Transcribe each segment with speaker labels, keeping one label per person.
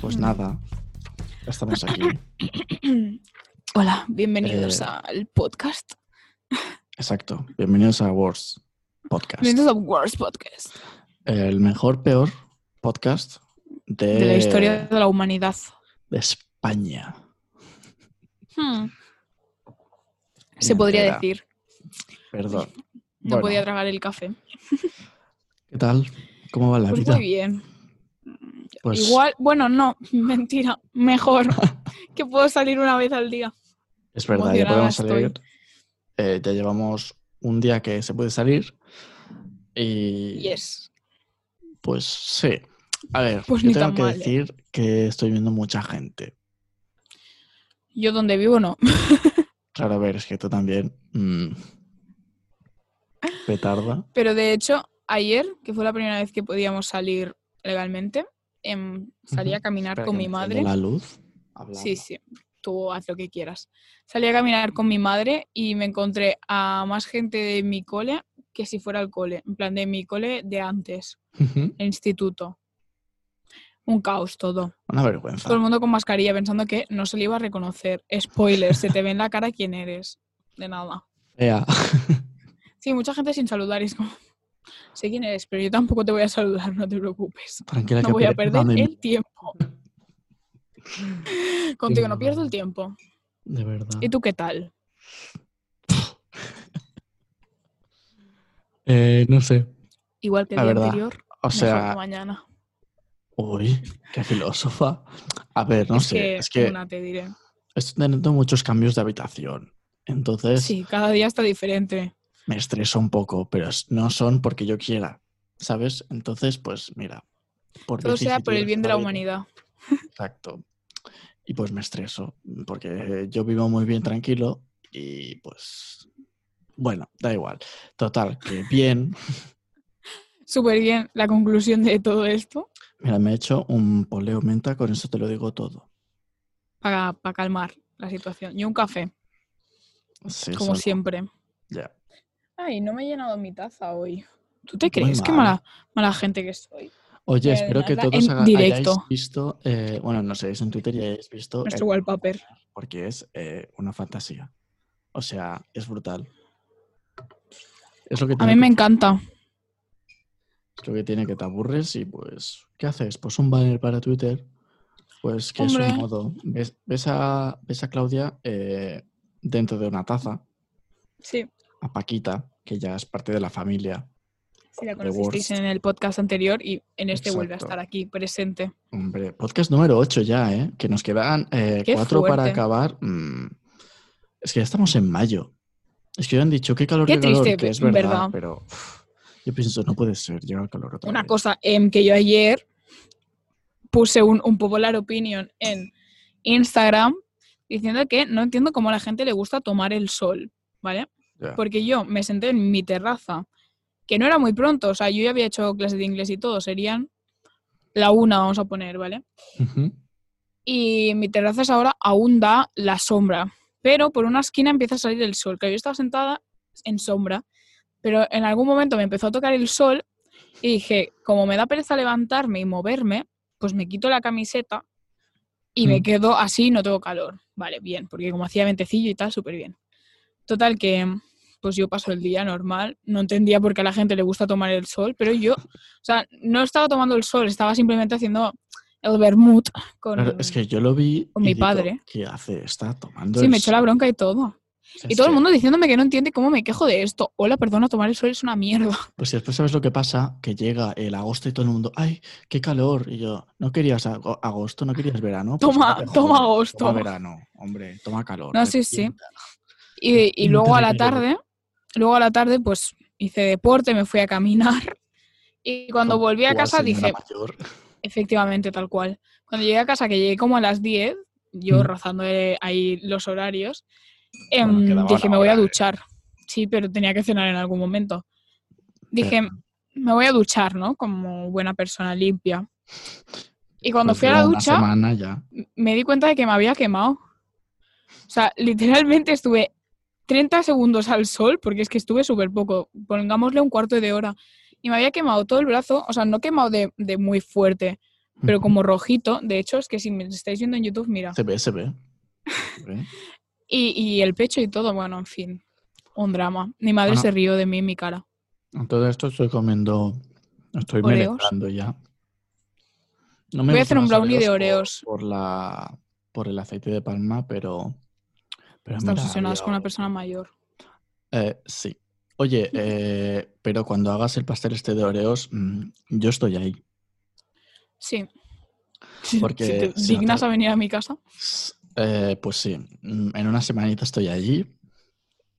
Speaker 1: Pues
Speaker 2: Mm.
Speaker 1: estamos aquí.
Speaker 2: Hola,
Speaker 1: Eh,
Speaker 2: bienvenidos al podcast.
Speaker 1: Exacto. Bienvenidos a Wars Podcast.
Speaker 2: Bienvenidos a Worst Podcast
Speaker 1: El mejor, peor podcast de,
Speaker 2: de la historia de la humanidad.
Speaker 1: de España.
Speaker 2: Hmm, Se podría
Speaker 1: Entera.
Speaker 2: decir.
Speaker 1: Perdón.
Speaker 2: Pues No
Speaker 1: Bueno,
Speaker 2: podía tragar el café.
Speaker 1: ¿Qué tal? ¿Cómo va la
Speaker 2: Pues
Speaker 1: vida?
Speaker 2: muy bien.
Speaker 1: Pues
Speaker 2: Igual, bueno, no, mentira. Mejor que puedo salir una vez al día.
Speaker 1: es verdad, ya
Speaker 2: emocionada
Speaker 1: podemos
Speaker 2: estoy.
Speaker 1: salir. Eh, ya llevamos un día que se puede salir. Y
Speaker 2: Yes.
Speaker 1: pues sí. A ver,
Speaker 2: Pues
Speaker 1: yo
Speaker 2: ni
Speaker 1: tengo
Speaker 2: tan
Speaker 1: que
Speaker 2: mal, ¿eh?
Speaker 1: decir que estoy viendo mucha gente.
Speaker 2: Yo donde vivo no.
Speaker 1: Claro, a ver, es que tú también. mm, petarda.
Speaker 2: Pero de hecho, ayer, que fue la primera vez que podíamos salir legalmente, em, salí a
Speaker 1: Ujú.
Speaker 2: caminar
Speaker 1: Espera,
Speaker 2: con
Speaker 1: que
Speaker 2: mi
Speaker 1: me enciendo
Speaker 2: madre.
Speaker 1: La luz. Habla,
Speaker 2: Sí,
Speaker 1: habla.
Speaker 2: sí, tú haz lo que quieras. Salí a caminar con mi madre y me encontré a más gente de mi cole que si fuera el cole, en plan de mi cole de antes,
Speaker 1: Ujú.
Speaker 2: el instituto. Un caos todo.
Speaker 1: Una vergüenza.
Speaker 2: Todo el mundo con mascarilla pensando que no se le iba a reconocer. Spoiler, se te ve en la cara quién eres. De nada.
Speaker 1: Fea.
Speaker 2: Sí, mucha gente sin saludar y es como, sé quién eres, pero yo tampoco te voy a saludar, no te preocupes.
Speaker 1: Tranquila,
Speaker 2: No
Speaker 1: que
Speaker 2: voy a
Speaker 1: Pere-
Speaker 2: perder
Speaker 1: cuando-
Speaker 2: el tiempo. Contigo no
Speaker 1: Dios.
Speaker 2: pierdo el tiempo.
Speaker 1: De verdad.
Speaker 2: ¿Y tú qué tal?
Speaker 1: Eh, no sé.
Speaker 2: Igual que el
Speaker 1: La
Speaker 2: día
Speaker 1: verdad.
Speaker 2: anterior.
Speaker 1: O
Speaker 2: mejor que
Speaker 1: sea,
Speaker 2: mañana.
Speaker 1: uy, qué filósofa. A ver, no
Speaker 2: es
Speaker 1: sé.
Speaker 2: que,
Speaker 1: es que
Speaker 2: una te diré.
Speaker 1: estoy teniendo muchos cambios de habitación. Entonces
Speaker 2: Sí, cada día está diferente.
Speaker 1: me estreso un poco, pero es- no son porque yo quiera, ¿sabes? Entonces, pues mira. Por
Speaker 2: Todo sea por el
Speaker 1: vicisitudes
Speaker 2: bien de la
Speaker 1: vida.
Speaker 2: humanidad.
Speaker 1: Exacto. Y pues me estreso, porque yo vivo muy bien tranquilo y pues, bueno, da igual. Total, que bien.
Speaker 2: Súper bien la conclusión de todo esto
Speaker 1: Mira, me he hecho un poleo menta, con eso te lo digo todo.
Speaker 2: para, para calmar la situación. Y un café,
Speaker 1: Sí,
Speaker 2: como
Speaker 1: solo-
Speaker 2: siempre.
Speaker 1: ya.
Speaker 2: Ay, no me he llenado mi taza hoy. ¿Tú te
Speaker 1: Muy
Speaker 2: crees qué
Speaker 1: mal. Eh,
Speaker 2: mala, mala gente que soy?
Speaker 1: Oye,
Speaker 2: Voy a
Speaker 1: espero que
Speaker 2: adivinarla
Speaker 1: todos
Speaker 2: en
Speaker 1: haga- hayáis
Speaker 2: directo.
Speaker 1: visto, eh, bueno, no sé, es en Twitter y hayáis visto,
Speaker 2: Nuestro
Speaker 1: el-
Speaker 2: wallpaper.
Speaker 1: porque es eh, una fantasía. O sea, es brutal. Es lo que
Speaker 2: A
Speaker 1: tiene
Speaker 2: mí me
Speaker 1: que-
Speaker 2: encanta.
Speaker 1: es lo que tiene que te aburres y pues, ¿qué haces? Pues un banner para Twitter, pues que es
Speaker 2: Hombre.
Speaker 1: un modo. Ves, ves a, ves a Claudia eh, dentro de una taza,
Speaker 2: Sí,
Speaker 1: a Paquita, que ya es parte de la familia.
Speaker 2: sí la
Speaker 1: The
Speaker 2: conocisteis
Speaker 1: worst.
Speaker 2: en el podcast anterior y en este vuelve a
Speaker 1: Exacto.
Speaker 2: estar aquí presente.
Speaker 1: Hombre, podcast número 8 ya, ¿eh? Que nos quedan eh,
Speaker 2: Qué
Speaker 1: cuatro para
Speaker 2: fuerte.
Speaker 1: acabar. Mm, es que ya estamos en mayo. Es que ya han dicho, qué calor,
Speaker 2: Qué
Speaker 1: qué, calor,
Speaker 2: triste,
Speaker 1: que es
Speaker 2: en
Speaker 1: verdad,
Speaker 2: verdad.
Speaker 1: pero uf, yo pienso, no puede ser, llega el calor otra
Speaker 2: Una
Speaker 1: vez.
Speaker 2: cosa em, que yo ayer puse un, un popular opinion en Instagram diciendo que no entiendo cómo a la gente le gusta tomar el sol, ¿vale?
Speaker 1: Ya.
Speaker 2: Porque yo me senté en mi terraza, que no era muy pronto, o sea, yo ya había hecho clases de inglés y todo, serían la una, vamos a poner, ¿vale?
Speaker 1: Ujú.
Speaker 2: Y mi terraza es ahora aún da la sombra, pero por una esquina empieza a salir el sol, que yo estaba sentada en sombra, pero en algún momento me empezó a tocar el sol y dije, como me da pereza levantarme y moverme, pues me quito la camiseta y me
Speaker 1: Mm.
Speaker 2: quedo así, no tengo calor. Vale, bien, porque como hacía ventecillo y tal, súper bien. Total que pues yo paso el día normal, no entendía por qué a la gente le gusta tomar el sol, pero yo, o sea, no estaba tomando el sol, estaba simplemente haciendo el vermut con...
Speaker 1: Claro, es que yo lo vi.
Speaker 2: con
Speaker 1: y
Speaker 2: mi
Speaker 1: digo,
Speaker 2: padre.
Speaker 1: ¿Qué hace? Está tomando.
Speaker 2: Sí,
Speaker 1: el
Speaker 2: me echó la
Speaker 1: sol".
Speaker 2: bronca y todo. Y
Speaker 1: Es
Speaker 2: todo el
Speaker 1: que-
Speaker 2: mundo diciéndome que no entiende cómo me quejo de esto. Hola, perdona, tomar el sol es una mierda.
Speaker 1: Pues si después sabes lo que pasa, que llega el agosto y todo el mundo, ¡ay, qué calor! Y yo, ¿no querías ago- agosto? ¿No querías verano? Pues
Speaker 2: Toma-
Speaker 1: no te
Speaker 2: toma
Speaker 1: jodas,
Speaker 2: agosto.
Speaker 1: Toma verano, hombre, toma calor.
Speaker 2: No, sí, sí. Y, y luego a la tarde, luego a la tarde, pues hice deporte, me fui a caminar. Y cuando volví a casa dije, efectivamente, tal cual. Cuando llegué a casa, que llegué como a las 10, yo
Speaker 1: Mm.
Speaker 2: rozando eh, ahí los horarios,
Speaker 1: Bueno,
Speaker 2: em,
Speaker 1: quedaba
Speaker 2: dije,
Speaker 1: una
Speaker 2: me voy a
Speaker 1: hora, eh".
Speaker 2: duchar. Sí, pero tenía que cenar en algún momento. Dije,
Speaker 1: Eh.
Speaker 2: me voy a duchar, ¿no? Como buena persona limpia. Y cuando fui a la ducha,
Speaker 1: Pues Una semana ya.
Speaker 2: me di cuenta de que me había quemado. O sea, literalmente estuve 30 segundos al sol, porque es que estuve súper poco, pongámosle un cuarto de hora, y me había quemado todo el brazo, o sea, no quemado de, de muy fuerte, pero como rojito. De hecho, es que si me estáis viendo en YouTube, mira.
Speaker 1: Se ve, se ve. Se ve.
Speaker 2: Y, y el pecho y todo, bueno, en fin. Un drama. Mi madre
Speaker 1: Bueno.
Speaker 2: se rió de mí en mi cara.
Speaker 1: En Todo esto estoy comiendo. Estoy
Speaker 2: Oreos.
Speaker 1: merendando ya. No me
Speaker 2: Voy a
Speaker 1: gustan
Speaker 2: hacer un
Speaker 1: los
Speaker 2: brownie de
Speaker 1: por-
Speaker 2: Oreos.
Speaker 1: Por, la, por el aceite de palma, pero. pero
Speaker 2: Están
Speaker 1: mira,
Speaker 2: obsesionados
Speaker 1: había
Speaker 2: con una
Speaker 1: otro.
Speaker 2: persona mayor.
Speaker 1: Eh, sí. Oye, eh, pero cuando hagas el pastel este de Oreos, mm, yo estoy ahí.
Speaker 2: Sí.
Speaker 1: Porque
Speaker 2: si te
Speaker 1: si no
Speaker 2: dignas
Speaker 1: te-
Speaker 2: a venir a mi casa.
Speaker 1: S- eh, pues sí, mm, en una semanita estoy allí.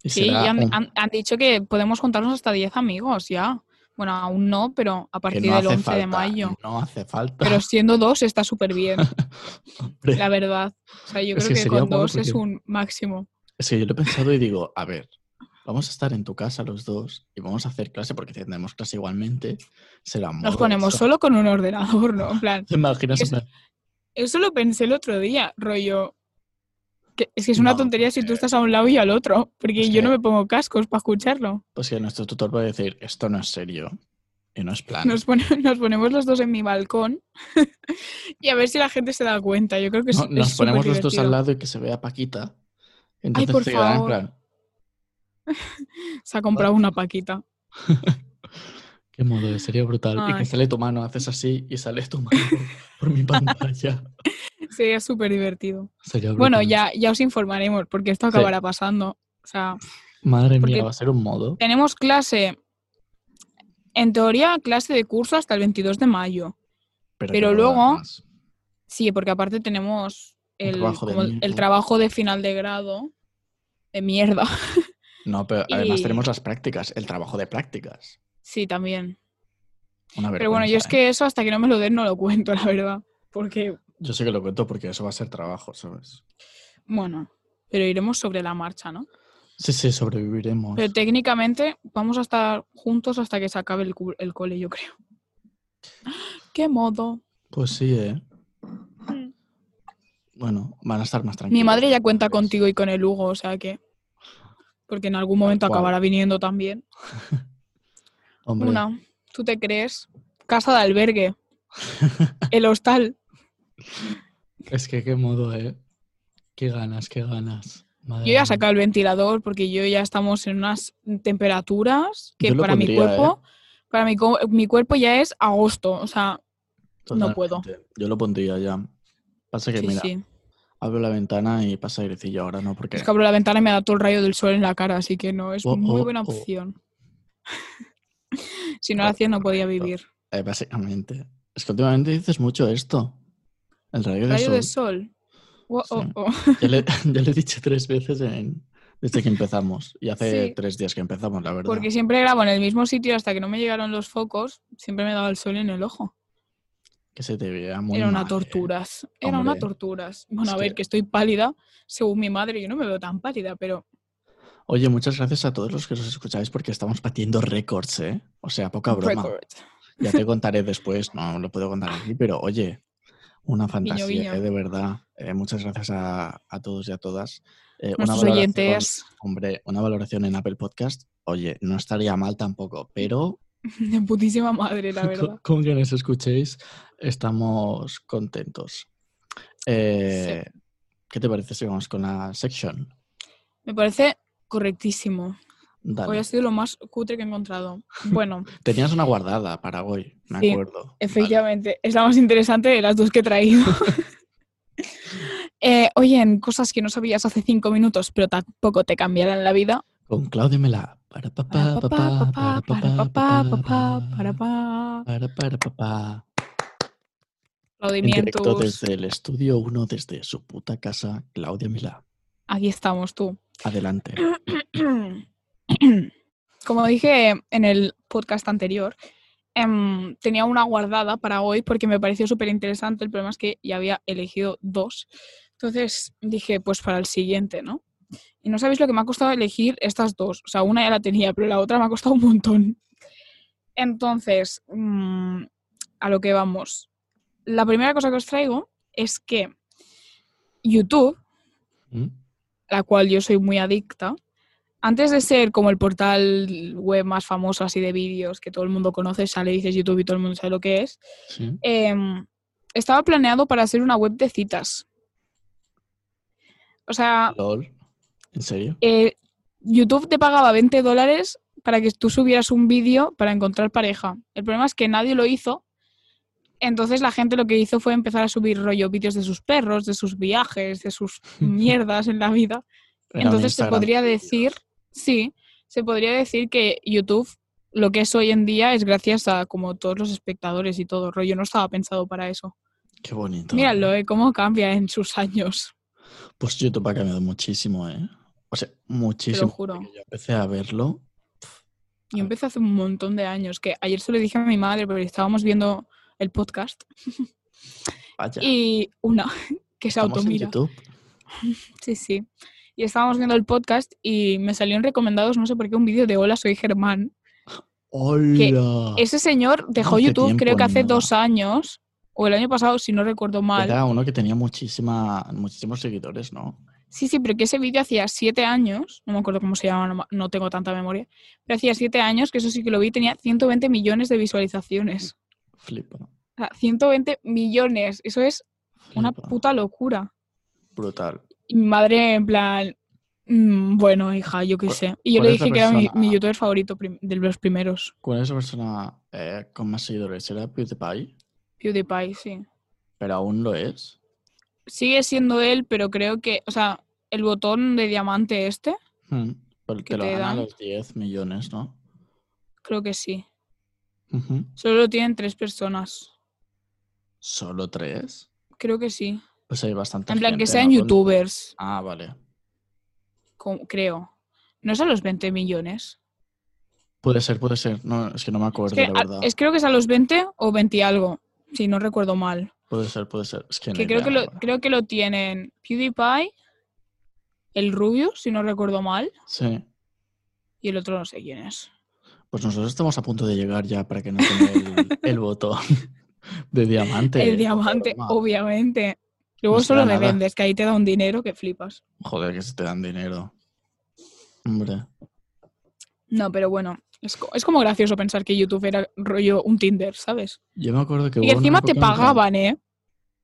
Speaker 1: Y
Speaker 2: Sí,
Speaker 1: será
Speaker 2: y han,
Speaker 1: un-
Speaker 2: han- han dicho que podemos juntarnos hasta 10 amigos ya. Bueno, aún no, pero a
Speaker 1: que
Speaker 2: partir
Speaker 1: no
Speaker 2: del
Speaker 1: hace
Speaker 2: 11
Speaker 1: falta,
Speaker 2: de mayo.
Speaker 1: No hace falta.
Speaker 2: Pero siendo dos está súper bien,
Speaker 1: hombre.
Speaker 2: la verdad. O sea, yo
Speaker 1: Es
Speaker 2: creo
Speaker 1: que
Speaker 2: que,
Speaker 1: sería
Speaker 2: con
Speaker 1: bueno
Speaker 2: dos es
Speaker 1: porque-
Speaker 2: un máximo.
Speaker 1: Es que yo lo he pensado y digo, a ver, vamos a estar en tu casa los dos y vamos a hacer clase porque tendremos clase igualmente. Será
Speaker 2: Nos ponemos solo con un ordenador, ¿no? En plan,
Speaker 1: ¿Te imaginas?
Speaker 2: Y es-
Speaker 1: una-
Speaker 2: eso lo pensé el otro día, rollo. que- es que es una
Speaker 1: No,
Speaker 2: tontería si
Speaker 1: eh,
Speaker 2: tú estás a un lado y al otro, porque
Speaker 1: es
Speaker 2: yo no
Speaker 1: que-
Speaker 2: me pongo cascos para escucharlo.
Speaker 1: Pues que nuestro tutor va a decir, esto no es serio y no es plan.
Speaker 2: Nos, pone- nos ponemos los dos en mi balcón y a ver si la gente se da cuenta. Yo creo que es-
Speaker 1: No,
Speaker 2: Pues es
Speaker 1: nos ponemos los dos
Speaker 2: superdivertido.
Speaker 1: al lado y que se vea Paquita. Entonces
Speaker 2: por
Speaker 1: se quedarán en
Speaker 2: favor.
Speaker 1: plan,
Speaker 2: Se ha comprado una paquita.
Speaker 1: qué modo, sería brutal. Y que
Speaker 2: Ay.
Speaker 1: sale tu mano, haces así y sale tu mano por, por mi pantalla.
Speaker 2: Sería súper divertido.
Speaker 1: Sería
Speaker 2: Bueno,
Speaker 1: brutal.
Speaker 2: ya, ya os informaremos, porque esto acabará pasando. O sea,
Speaker 1: Madre
Speaker 2: porque-
Speaker 1: mía, va a ser un modo.
Speaker 2: tenemos clase, en teoría, clase de curso hasta el 22 de mayo.
Speaker 1: Pero,
Speaker 2: pero
Speaker 1: que
Speaker 2: luego-
Speaker 1: mola más.
Speaker 2: Sí, porque aparte tenemos
Speaker 1: Un
Speaker 2: el
Speaker 1: trabajo de
Speaker 2: como el- el
Speaker 1: mierda.
Speaker 2: trabajo de final de grado de mierda.
Speaker 1: No, pero además
Speaker 2: y-
Speaker 1: tenemos las prácticas, el trabajo de prácticas.
Speaker 2: Sí, también.
Speaker 1: Una
Speaker 2: Pero bueno, yo es
Speaker 1: vergüenza, ¿eh?
Speaker 2: que eso hasta que no me lo den no lo cuento, la verdad. Porque,
Speaker 1: Yo sé que lo cuento porque eso va a ser trabajo, ¿sabes?
Speaker 2: bueno, pero iremos sobre la marcha, ¿no?
Speaker 1: Sí, sí, sobreviviremos.
Speaker 2: Pero técnicamente vamos a estar juntos hasta que se acabe el, cu- el cole, yo creo. ¡Qué modo!
Speaker 1: Pues sí, ¿eh?
Speaker 2: Mm.
Speaker 1: Bueno, van a estar más tranquilos.
Speaker 2: Mi madre ya cuenta
Speaker 1: entonces.
Speaker 2: contigo y con el Hugo, o sea que... Porque en algún momento
Speaker 1: cual.
Speaker 2: acabará viniendo también.
Speaker 1: Hombre,
Speaker 2: Una, ¿tú te crees? Casa de albergue. El hostal.
Speaker 1: es que qué modo, ¿eh? Qué ganas, qué ganas. Madre
Speaker 2: Yo ya he
Speaker 1: mía.
Speaker 2: sacado el ventilador porque yo ya estamos en unas temperaturas que
Speaker 1: Yo lo
Speaker 2: para mi
Speaker 1: pondría, ¿eh?
Speaker 2: cuerpo... Para mi, co- mi cuerpo ya es agosto, o sea, no puedo.
Speaker 1: Totalmente. Yo lo pondría ya. Pasa que,
Speaker 2: sí,
Speaker 1: mira,
Speaker 2: sí.
Speaker 1: abro la ventana y pasa airecillo ahora, ¿no? Porque
Speaker 2: Es que abro la ventana y me da todo el rayo del sol en la cara, así que no, es
Speaker 1: Oh,
Speaker 2: muy
Speaker 1: oh,
Speaker 2: buena
Speaker 1: oh. Ah,
Speaker 2: opción. si no lo hacía, no podía vivir.
Speaker 1: eh, básicamente... Es que últimamente dices mucho esto. El rayo de
Speaker 2: Rayo
Speaker 1: sol.
Speaker 2: de sol. Oh, oh,
Speaker 1: Sí.
Speaker 2: oh.
Speaker 1: Ya le, ya le he dicho tres veces en- desde que empezamos. Y hace
Speaker 2: Sí.
Speaker 1: tres días que empezamos, la verdad.
Speaker 2: Porque siempre grabo en el mismo sitio hasta que no me llegaron los focos, siempre me daba el sol en el ojo.
Speaker 1: Que se te vea muy
Speaker 2: Era una
Speaker 1: mal, ¿eh?
Speaker 2: tortura. Era una
Speaker 1: Hombre.
Speaker 2: tortura. Bueno,
Speaker 1: Es
Speaker 2: a ver,
Speaker 1: que-
Speaker 2: que estoy pálida, según mi madre, yo no me veo tan pálida, pero
Speaker 1: Oye, muchas gracias a todos los que nos escucháis porque estamos batiendo récords, ¿eh? O sea, poca broma.
Speaker 2: record.
Speaker 1: Ya te contaré después, no lo puedo contar aquí, pero oye, una fantasía,
Speaker 2: guiño.
Speaker 1: ¿eh? de verdad. Eh, muchas gracias a, a todos y a todas. Eh, una
Speaker 2: Nuestros
Speaker 1: valoración-
Speaker 2: oyentes
Speaker 1: Hombre, una valoración en Apple Podcast, oye, no estaría mal tampoco, pero
Speaker 2: de putísima madre, la verdad.
Speaker 1: Con- Con que nos escuchéis, estamos contentos. Eh, ¿Qué te parece si vamos con la sección?
Speaker 2: Me parece correctísimo. Hoy
Speaker 1: Dale.
Speaker 2: ha sido lo más cutre que he encontrado. Bueno,
Speaker 1: Tenías una guardada para hoy, me
Speaker 2: Sí,
Speaker 1: acuerdo. Vale.
Speaker 2: efectivamente, es la más interesante de las dos que he traído. Eh, oye, en cosas que no sabías hace cinco minutos, pero tampoco te cambiarán la vida.
Speaker 1: Con Claudia Mela. Para
Speaker 2: Para
Speaker 1: papá, papá,
Speaker 2: pa, pa, pa,
Speaker 1: para papá,
Speaker 2: para pa, pa, pa,
Speaker 1: papá,
Speaker 2: pa, para pa.
Speaker 1: para para papá. En directo
Speaker 2: Aplaudimientos.
Speaker 1: desde el estudio 1, desde su puta casa, Claudia Mela.
Speaker 2: Aquí estamos tú.
Speaker 1: Adelante.
Speaker 2: Como dije en el podcast anterior, em, tenía una guardada para hoy porque me pareció súper interesante. El problema es que ya había elegido dos. Entonces dije, pues para el siguiente, ¿no? Y no sabéis lo que me ha costado elegir estas dos. O sea, una ya la tenía, pero la otra me ha costado un montón. Entonces, mm, a lo que vamos. La primera cosa que os traigo es que YouTube
Speaker 1: ¿Mm?
Speaker 2: la cual yo soy muy adicta. Antes de ser como el portal web más famoso así de vídeos que todo el mundo conoce, sale y dices YouTube y todo el mundo sabe lo que es,
Speaker 1: Sí.
Speaker 2: em, estaba planeado para hacer una web de citas. O sea,
Speaker 1: LOL. ¿En serio?
Speaker 2: eh, YouTube te pagaba 20 dólares para que tú subieras un vídeo para encontrar pareja. El problema es que nadie lo hizo. Entonces la gente lo que hizo fue empezar a subir rollo vídeos de sus perros, de sus viajes, de sus mierdas en la vida.
Speaker 1: Era un
Speaker 2: Entonces se
Speaker 1: Instagram.
Speaker 2: podría decir, sí, se podría decir que YouTube lo que es hoy en día es gracias a como todos los espectadores y todo rollo. No estaba pensado para eso.
Speaker 1: Qué bonito.
Speaker 2: Míralo, eh, cómo cambia en sus años.
Speaker 1: Pues YouTube ha cambiado muchísimo, ¿eh? O sea, muchísimo.
Speaker 2: juro.
Speaker 1: Porque Yo empecé a verlo.
Speaker 2: Yo empecé hace un montón de años, que ayer se lo dije a mi madre, porque estábamos viendo el podcast,
Speaker 1: Vaya.
Speaker 2: y una, que se
Speaker 1: estamos en
Speaker 2: automira.
Speaker 1: YouTube.
Speaker 2: Sí, sí. Y estábamos viendo el podcast y me salió en recomendados, no sé por qué, un vídeo de Hola, soy Germán.
Speaker 1: ¡Hola!
Speaker 2: Ese señor dejó
Speaker 1: hace
Speaker 2: YouTube creo
Speaker 1: tiempo
Speaker 2: que hace
Speaker 1: nada.
Speaker 2: dos años, o el año pasado, si no recuerdo mal.
Speaker 1: Era uno que tenía muchísima, muchísimos seguidores, ¿no?
Speaker 2: Sí, sí, pero que ese vídeo hacía siete años, no me acuerdo cómo se llama, no, ma- no tengo tanta memoria, pero hacía siete años, que eso sí que lo vi, tenía 120 millones de visualizaciones.
Speaker 1: Flipa.
Speaker 2: O sea, 120 millones, eso es una
Speaker 1: flipa.
Speaker 2: puta locura.
Speaker 1: Brutal.
Speaker 2: Y mi madre, en plan, "Mm, bueno, hija, yo qué
Speaker 1: ¿Cuál-
Speaker 2: sé. Y yo
Speaker 1: cuál
Speaker 2: le
Speaker 1: es la
Speaker 2: dije que era mi,
Speaker 1: persona? ah.
Speaker 2: mi youtuber favorito prim- de los primeros,
Speaker 1: ¿Cuál es la persona eh, con más seguidores? ¿Era PewDiePie?
Speaker 2: PewDiePie, sí.
Speaker 1: Pero aún lo es.
Speaker 2: Sigue siendo él, pero creo que, o sea, el botón de diamante este,
Speaker 1: Hmm. Pero
Speaker 2: Que
Speaker 1: te lo
Speaker 2: te
Speaker 1: dan a
Speaker 2: dan.
Speaker 1: los 10 millones, ¿no?
Speaker 2: creo que sí.
Speaker 1: Ujú.
Speaker 2: Solo lo tienen tres personas,
Speaker 1: ¿Solo 3?
Speaker 2: creo que sí.
Speaker 1: Pues hay bastante
Speaker 2: En plan, que
Speaker 1: gente,
Speaker 2: sean
Speaker 1: ¿no? Con-
Speaker 2: youtubers,
Speaker 1: Ah, vale.
Speaker 2: co- creo. No es a los 20 millones.
Speaker 1: Puede ser, puede ser. No, es que no me
Speaker 2: Es
Speaker 1: acuerdo,
Speaker 2: que,
Speaker 1: la
Speaker 2: a-
Speaker 1: verdad.
Speaker 2: es- creo que es a los 20 o 20 y algo, si no recuerdo mal.
Speaker 1: Puede ser, puede ser. Es que, no
Speaker 2: que
Speaker 1: hay
Speaker 2: creo
Speaker 1: idea
Speaker 2: que lo,
Speaker 1: ahora.
Speaker 2: creo que lo tienen PewDiePie, el Rubio, si no recuerdo mal,
Speaker 1: Sí.
Speaker 2: y el otro no sé quién es.
Speaker 1: Pues nosotros estamos a punto de llegar ya para que nos den el, el botón de diamante.
Speaker 2: el diamante, oh.
Speaker 1: broma.
Speaker 2: obviamente. Luego
Speaker 1: No será
Speaker 2: solo me
Speaker 1: nada.
Speaker 2: vendes, que ahí te da un dinero que flipas.
Speaker 1: Joder, que se te dan dinero. Hombre.
Speaker 2: No, pero bueno, es, co- es como gracioso pensar que YouTube era rollo un Tinder, ¿sabes?
Speaker 1: Yo me acuerdo que.
Speaker 2: Y
Speaker 1: hubo una
Speaker 2: encima te
Speaker 1: época en que-
Speaker 2: pagaban, ¿eh?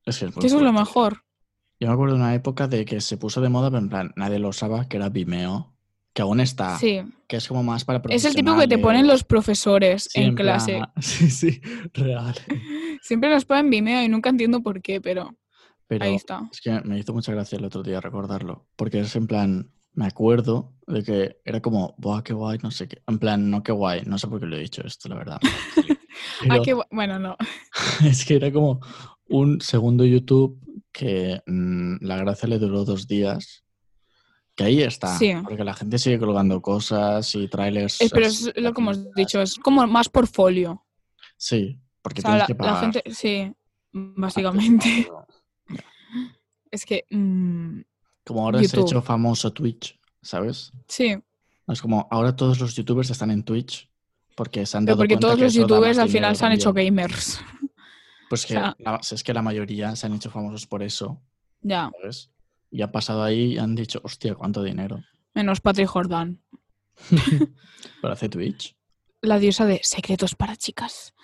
Speaker 1: Es que es muy
Speaker 2: Que eso es lo
Speaker 1: fuerte.
Speaker 2: mejor.
Speaker 1: Yo me acuerdo de una época de que se puso de moda, pero en plan, nadie lo usaba, que era Vimeo. Que aún está.
Speaker 2: Sí.
Speaker 1: Que es como más para
Speaker 2: Es el tipo que te ponen los profesores
Speaker 1: Sí,
Speaker 2: en
Speaker 1: en plan-
Speaker 2: clase.
Speaker 1: Sí, sí, real.
Speaker 2: Siempre nos ponen Vimeo y nunca entiendo por qué, pero
Speaker 1: Pero
Speaker 2: ahí está.
Speaker 1: es que me hizo mucha gracia el otro día recordarlo. Porque es en plan, me acuerdo de que era como, ¡buah, qué guay! No sé qué. En plan, no qué guay. No sé por qué lo he dicho esto, la verdad.
Speaker 2: Ah,
Speaker 1: Pero
Speaker 2: qué bu- bueno, no.
Speaker 1: es que era como un segundo YouTube que mm, la gracia le duró dos días. Que ahí está.
Speaker 2: Sí.
Speaker 1: Porque la gente sigue colgando cosas y trailers.
Speaker 2: Eh, pero
Speaker 1: así,
Speaker 2: es lo que hemos
Speaker 1: gratuitas.
Speaker 2: dicho, es como más portfolio.
Speaker 1: Sí, porque
Speaker 2: O sea,
Speaker 1: tienes
Speaker 2: la,
Speaker 1: que
Speaker 2: la
Speaker 1: pagar.
Speaker 2: gente, sí,
Speaker 1: antes,
Speaker 2: básicamente.
Speaker 1: ¿no? Pero
Speaker 2: Es que, mm,
Speaker 1: Como ahora se ha
Speaker 2: YouTube.
Speaker 1: hecho famoso Twitch, ¿sabes?
Speaker 2: sí,
Speaker 1: Es como ahora todos los youtubers están en Twitch porque se han
Speaker 2: pero
Speaker 1: dado
Speaker 2: porque
Speaker 1: cuenta
Speaker 2: todos
Speaker 1: que
Speaker 2: los
Speaker 1: eso da
Speaker 2: youtubers
Speaker 1: más
Speaker 2: al final
Speaker 1: dinero
Speaker 2: se han hecho
Speaker 1: también.
Speaker 2: gamers.
Speaker 1: Pues que,
Speaker 2: o sea-
Speaker 1: la- es que la mayoría se han hecho famosos por eso,
Speaker 2: Ya,
Speaker 1: ¿sabes? Y han pasado ahí y han dicho, hostia, ¿cuánto dinero?
Speaker 2: menos Patrick Jordan,
Speaker 1: Para hacer Twitch.
Speaker 2: la diosa de secretos para chicas.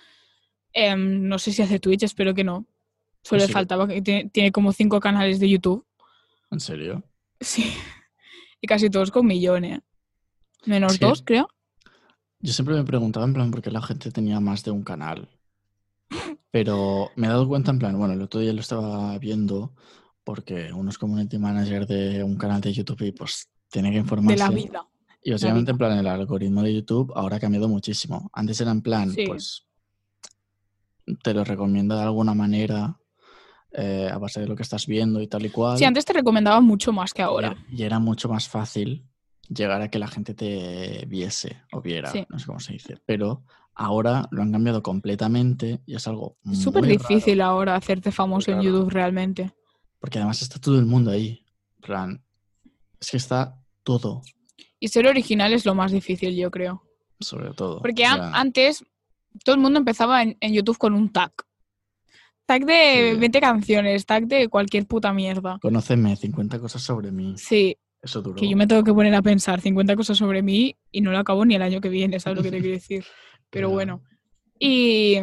Speaker 2: Em, no sé si hace Twitch, espero que no. Solo
Speaker 1: Pues
Speaker 2: le
Speaker 1: sí.
Speaker 2: faltaba que tiene, tiene como cinco canales de YouTube.
Speaker 1: ¿En serio?
Speaker 2: Sí. Y casi todos con millones. Menos
Speaker 1: Es que-
Speaker 2: dos, creo.
Speaker 1: Yo siempre me preguntaba en plan por qué la gente tenía más de un canal. Pero me he dado cuenta en plan, bueno, el otro día lo estaba viendo porque uno es community manager de un canal de YouTube y pues tiene que informarse.
Speaker 2: De la vida.
Speaker 1: Y básicamente, en plan, el algoritmo de YouTube ahora ha cambiado muchísimo. Antes era en plan,
Speaker 2: Sí.
Speaker 1: pues, te lo recomienda de alguna manera eh, a base de lo que estás viendo y tal y cual.
Speaker 2: Sí, antes te recomendaba mucho más que
Speaker 1: Y
Speaker 2: ahora.
Speaker 1: era- Y era mucho más fácil llegar a que la gente te viese o viera,
Speaker 2: Sí.
Speaker 1: no sé cómo se dice. Pero ahora lo han cambiado completamente y es algo
Speaker 2: Es súper
Speaker 1: muy
Speaker 2: difícil
Speaker 1: raro,
Speaker 2: ahora hacerte famoso en
Speaker 1: raro.
Speaker 2: YouTube realmente.
Speaker 1: porque además está todo el mundo ahí. En plan, es que está todo,
Speaker 2: Y ser original es lo más difícil, yo creo.
Speaker 1: sobre todo.
Speaker 2: Porque
Speaker 1: O
Speaker 2: an-
Speaker 1: sea,
Speaker 2: antes todo el mundo empezaba en, en YouTube con un tag. Tag de
Speaker 1: Sí.
Speaker 2: 20 canciones, tag de cualquier puta mierda.
Speaker 1: Conóceme 50 cosas sobre mí.
Speaker 2: Sí,
Speaker 1: Eso duró.
Speaker 2: que yo me tengo que poner a pensar 50 cosas sobre mí y no lo acabo ni el año que viene, ¿sabes lo que te quiero decir? Pero
Speaker 1: Ya.
Speaker 2: bueno. Y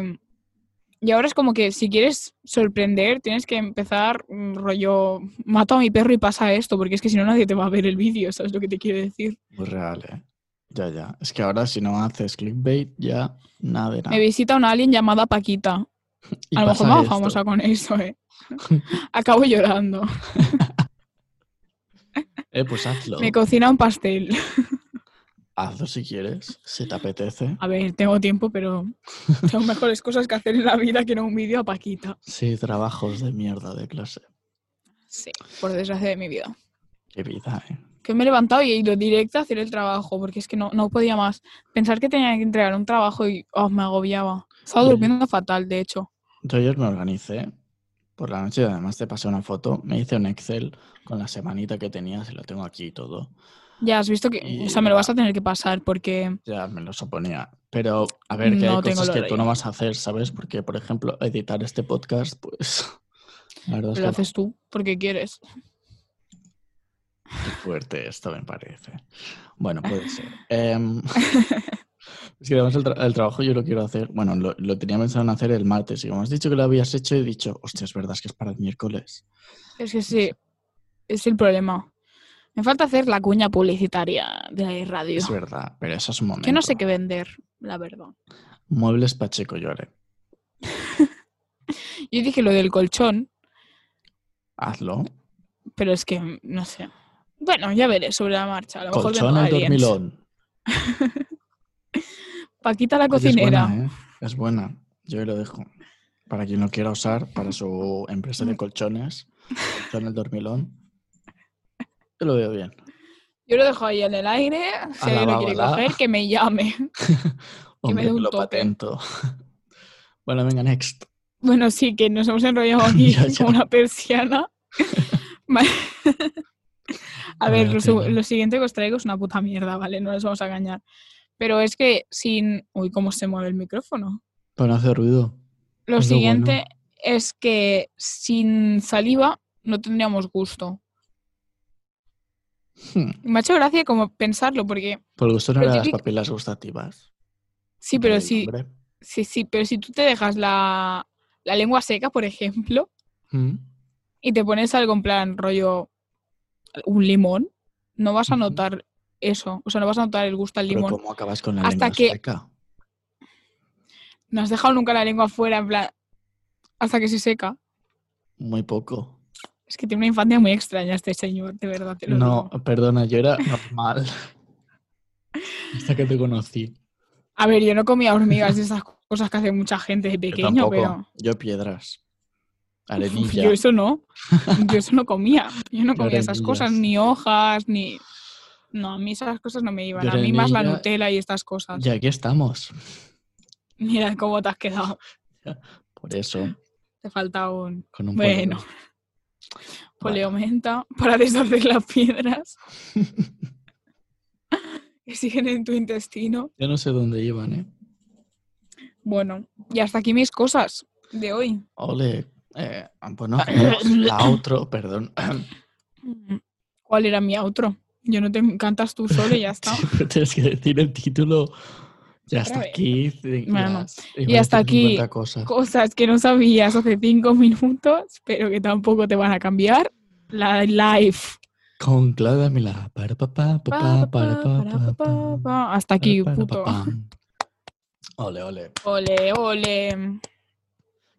Speaker 2: Y ahora es como que si quieres sorprender, tienes que empezar mm, rollo, mato a mi perro y pasa esto, porque es que si no nadie te va a ver el vídeo, ¿sabes lo que te quiero decir?
Speaker 1: Muy real, ¿eh? Ya, ya. Es que ahora si no haces clickbait, ya nada de nada.
Speaker 2: Me visita una alien llamada Paquita.
Speaker 1: Y
Speaker 2: a lo mejor
Speaker 1: pasa
Speaker 2: me hago
Speaker 1: esto.
Speaker 2: famosa con eso, ¿eh? Acabo llorando.
Speaker 1: Eh, pues hazlo.
Speaker 2: Me cocina un pastel.
Speaker 1: Hazlo si quieres, si te apetece.
Speaker 2: A ver, tengo tiempo, pero tengo mejores cosas que hacer en la vida que no un vídeo a Paquita.
Speaker 1: Sí, trabajos de mierda de clase.
Speaker 2: Sí, por desgracia de mi vida.
Speaker 1: Qué vida, ¿eh?
Speaker 2: Que me he levantado y he ido directa a hacer el trabajo, porque es que no, no podía más. Pensar que tenía que entregar un trabajo y oh, me agobiaba. Estaba
Speaker 1: Oye.
Speaker 2: durmiendo fatal, de hecho.
Speaker 1: Yo ayer me organicé por la noche, además te pasé una foto, me hice un Excel con la semanita que tenía, se lo tengo aquí y todo.
Speaker 2: Ya has visto que, o sea, me lo vas a tener que pasar porque
Speaker 1: Ya me lo suponía. Pero, a ver, que hay
Speaker 2: No tengo
Speaker 1: cosas
Speaker 2: el
Speaker 1: que tú no
Speaker 2: horario.
Speaker 1: vas a hacer, ¿sabes? Porque, por ejemplo, editar este podcast, pues. La verdad es que
Speaker 2: lo haces tú, porque quieres.
Speaker 1: qué fuerte esto me parece. Bueno, puede ser. Em, es que además el, tra- el trabajo yo lo quiero hacer. Bueno, lo, lo tenía pensado en hacer el martes. Y como has dicho que lo habías hecho, he dicho, hostia, es verdad, es que es para el miércoles.
Speaker 2: Es que sí, es el problema. Me falta hacer la cuña publicitaria de la radio.
Speaker 1: Es verdad, pero eso es un momento.
Speaker 2: Que no sé qué vender, la verdad.
Speaker 1: Muebles Pacheco llore.
Speaker 2: Yo dije lo del colchón,
Speaker 1: Hazlo.
Speaker 2: pero es que no sé. Bueno, ya veré sobre la marcha. A lo mejor ¿eh?
Speaker 1: Colchón
Speaker 2: vendo
Speaker 1: el
Speaker 2: aliens.
Speaker 1: dormilón.
Speaker 2: Paquita la
Speaker 1: Oye,
Speaker 2: cocinera.
Speaker 1: Es buena, ¿eh? Es buena. Yo ahí lo dejo. Para quien lo quiera usar, para su empresa
Speaker 2: Mm.
Speaker 1: de colchones, colchón el dormilón. Yo lo veo bien.
Speaker 2: Yo lo dejo ahí en el aire. Si alguien lo quiere
Speaker 1: Alábala.
Speaker 2: coger, que me llame.
Speaker 1: Hombre,
Speaker 2: dé un
Speaker 1: lo
Speaker 2: toque.
Speaker 1: patento. Bueno, venga, next.
Speaker 2: Bueno, sí, que nos hemos enrollado aquí
Speaker 1: Ya, ya.
Speaker 2: como una persiana. Ma- a ver,
Speaker 1: Vaya
Speaker 2: lo, su-
Speaker 1: tela.
Speaker 2: lo siguiente que os traigo es una puta mierda, ¿vale? No les vamos a engañar. Pero es que sin... Uy, cómo se mueve el micrófono.
Speaker 1: Pero no hace ruido.
Speaker 2: Lo
Speaker 1: Es lo bueno.
Speaker 2: siguiente es que sin saliva no tendríamos gusto.
Speaker 1: Hmm.
Speaker 2: Y Me ha hecho gracia como pensarlo, porque
Speaker 1: Por el gusto no
Speaker 2: Pero
Speaker 1: era las
Speaker 2: típico-
Speaker 1: papilas gustativas.
Speaker 2: sí, pero
Speaker 1: del
Speaker 2: si,
Speaker 1: hombre.
Speaker 2: sí, sí, pero si tú te dejas la, la lengua seca, por ejemplo,
Speaker 1: Hmm.
Speaker 2: y te pones algo en plan rollo un limón, no vas a
Speaker 1: Ujú.
Speaker 2: notar eso, o sea, no vas a notar el gusto al
Speaker 1: Pero
Speaker 2: limón.
Speaker 1: ¿cómo acabas con la
Speaker 2: Hasta
Speaker 1: lengua
Speaker 2: que-
Speaker 1: seca?
Speaker 2: No has dejado nunca la lengua fuera, en plan, hasta que se seca.
Speaker 1: Muy poco.
Speaker 2: Es que tiene una infancia muy extraña este señor, de verdad. Te lo
Speaker 1: No,
Speaker 2: digo.
Speaker 1: perdona, yo era normal. Hasta que te conocí.
Speaker 2: A ver, yo no comía hormigas y esas cosas que hace mucha gente de
Speaker 1: Yo
Speaker 2: pequeño,
Speaker 1: tampoco.
Speaker 2: pero
Speaker 1: Yo piedras.
Speaker 2: uf,
Speaker 1: Arenilla.
Speaker 2: yo eso no. Yo eso no comía. Yo no
Speaker 1: Yo
Speaker 2: comía esas
Speaker 1: arenillas.
Speaker 2: cosas, ni hojas, ni. No, a mí esas cosas no me iban.
Speaker 1: Yo
Speaker 2: A mí más la
Speaker 1: arenilla-
Speaker 2: Nutella y estas cosas.
Speaker 1: Y aquí estamos.
Speaker 2: Mira cómo te has quedado.
Speaker 1: Por eso,
Speaker 2: Te falta un
Speaker 1: con un
Speaker 2: Bueno.
Speaker 1: poleo. Vale.
Speaker 2: poleomenta para deshacer las piedras que siguen en tu intestino.
Speaker 1: Yo no sé dónde iban, ¿eh?
Speaker 2: Bueno, y hasta aquí mis cosas de hoy.
Speaker 1: Ole. Eh, bueno, tenemos la otro, perdón.
Speaker 2: Mm. ¿Cuál era mi outro? Yo no te encantas tú solo y ya está.
Speaker 1: Siempre Tienes que decir el título. Y hasta
Speaker 2: vez.
Speaker 1: aquí. sí,
Speaker 2: Bueno,
Speaker 1: las- iba a
Speaker 2: hasta
Speaker 1: decir
Speaker 2: aquí-
Speaker 1: 50 cosas.
Speaker 2: Cosas que no sabías hace cinco minutos, pero que tampoco te van a cambiar. La life.
Speaker 1: Con Clara Milá. Para, pa, pa, pa, pa,
Speaker 2: Pa, pa,
Speaker 1: para, pa,
Speaker 2: para,
Speaker 1: pa,
Speaker 2: pa, pa,
Speaker 1: pa.
Speaker 2: pa. Hasta aquí,
Speaker 1: Para, para,
Speaker 2: puto.
Speaker 1: pa, pa. Ole, ole.
Speaker 2: Ole, ole.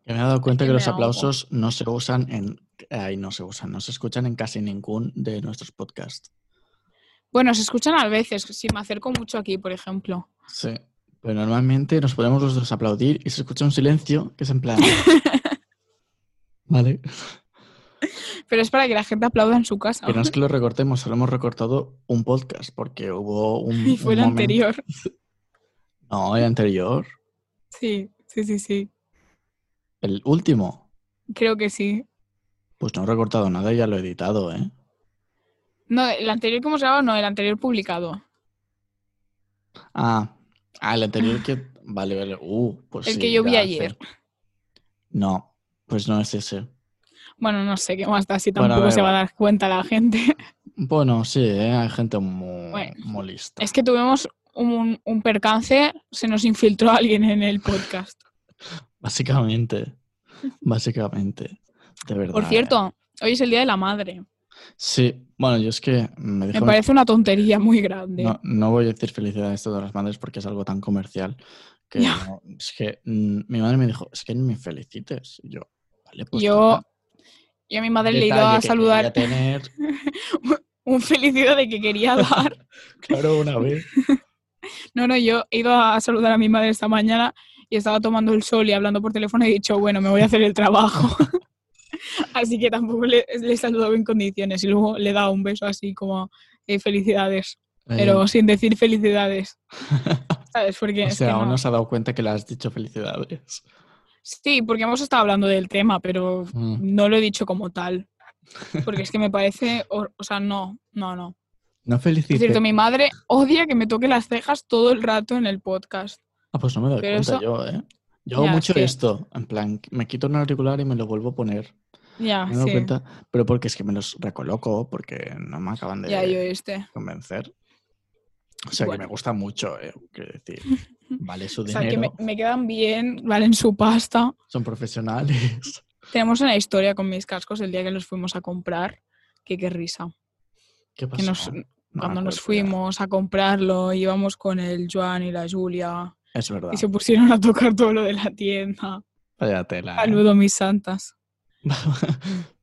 Speaker 1: Que me he dado cuenta
Speaker 2: Aquí
Speaker 1: que
Speaker 2: me
Speaker 1: los
Speaker 2: ahogo.
Speaker 1: aplausos no se usan en. Ahí no se usan, no se escuchan en casi ningún de nuestros podcasts.
Speaker 2: Bueno, se escuchan a veces, si me acerco mucho aquí, por ejemplo.
Speaker 1: Sí. Pero normalmente nos podemos los dos aplaudir y se escucha un silencio que es en plan. vale.
Speaker 2: Pero es para que la gente aplauda en su casa.
Speaker 1: Que no es que lo recortemos, solo hemos recortado un podcast porque hubo un.
Speaker 2: Y fue
Speaker 1: un
Speaker 2: el
Speaker 1: momento-
Speaker 2: anterior.
Speaker 1: No, el anterior.
Speaker 2: Sí, sí, sí, sí.
Speaker 1: El último.
Speaker 2: Creo que sí.
Speaker 1: Pues no he recortado nada y ya lo he editado, ¿eh?
Speaker 2: No, el anterior que hemos grabado, no, el anterior publicado.
Speaker 1: Ah, ah, el anterior que. Vale, vale. Uh, pues
Speaker 2: El
Speaker 1: sí,
Speaker 2: que yo
Speaker 1: ya
Speaker 2: vi
Speaker 1: hace-
Speaker 2: ayer.
Speaker 1: No, pues no es ese.
Speaker 2: Bueno, no sé qué más da, si
Speaker 1: Bueno,
Speaker 2: tampoco
Speaker 1: da
Speaker 2: se va a dar cuenta la gente.
Speaker 1: Bueno, sí, ¿eh? hay gente muy,
Speaker 2: Bueno,
Speaker 1: muy lista.
Speaker 2: Es que tuvimos un, un percance, se nos infiltró alguien en el podcast.
Speaker 1: Básicamente. Básicamente. De verdad.
Speaker 2: Por
Speaker 1: ¿eh?
Speaker 2: cierto, hoy es el Día de la Madre.
Speaker 1: Sí, bueno, yo es que me
Speaker 2: Me
Speaker 1: dijo.
Speaker 2: parece una tontería muy grande.
Speaker 1: No, no voy a decir felicidades a todas las madres porque es algo tan comercial que
Speaker 2: Ya.
Speaker 1: no- es que mm, mi madre me dijo, es que ni me felicites. Y yo, vale, pues.
Speaker 2: Yo-
Speaker 1: toma,
Speaker 2: Yo a mi madre
Speaker 1: un
Speaker 2: le he ido
Speaker 1: detalle
Speaker 2: a
Speaker 1: que
Speaker 2: saludar
Speaker 1: quería tener,
Speaker 2: un felicidad de que quería dar.
Speaker 1: claro, una vez.
Speaker 2: No, no, yo he ido a saludar a mi madre esta mañana y estaba tomando el sol y hablando por teléfono y he dicho, bueno, me voy a hacer el trabajo. así que tampoco le, le he saludado en condiciones y luego le he dado un beso así como eh, felicidades, pero
Speaker 1: Eh,
Speaker 2: sin decir felicidades. ¿Sabes? Porque
Speaker 1: o
Speaker 2: es que
Speaker 1: sea, aún
Speaker 2: no.
Speaker 1: no se ha dado cuenta que le has dicho felicidades.
Speaker 2: Sí, porque hemos estado hablando del tema, pero
Speaker 1: Mm.
Speaker 2: no lo he dicho como tal. Porque es que me parece, hor- o, sea, no, no, no.
Speaker 1: No
Speaker 2: Por
Speaker 1: felicites.
Speaker 2: cierto, mi madre odia que me toque las cejas todo el rato en el podcast.
Speaker 1: Ah, pues no me doy
Speaker 2: Pero
Speaker 1: cuenta
Speaker 2: eso-
Speaker 1: yo, ¿eh? Yo hago
Speaker 2: Ya, es
Speaker 1: mucho
Speaker 2: que-
Speaker 1: esto, en plan, me quito un auricular y me lo vuelvo a poner.
Speaker 2: Ya,
Speaker 1: No me doy
Speaker 2: Ah, sí.
Speaker 1: cuenta, pero porque es que me los recoloco, porque no me acaban de
Speaker 2: Ya, yo este.
Speaker 1: convencer. O sea, que
Speaker 2: Bueno.
Speaker 1: me gusta mucho, eh, quiero decir, vale su
Speaker 2: O sea, que
Speaker 1: dinero,
Speaker 2: me, me quedan bien, valen su pasta.
Speaker 1: son profesionales.
Speaker 2: Tenemos una historia con mis cascos el día que los fuimos a comprar. Que qué risa.
Speaker 1: ¿Qué pasó?
Speaker 2: Que nos,
Speaker 1: No me
Speaker 2: cuando
Speaker 1: acuerdo
Speaker 2: nos
Speaker 1: ya.
Speaker 2: fuimos a comprarlo, íbamos con el Joan y la Julia
Speaker 1: Es verdad.
Speaker 2: y se pusieron a tocar todo lo de la tienda.
Speaker 1: Vaya tela. ¿eh?
Speaker 2: Saludo, mis santas.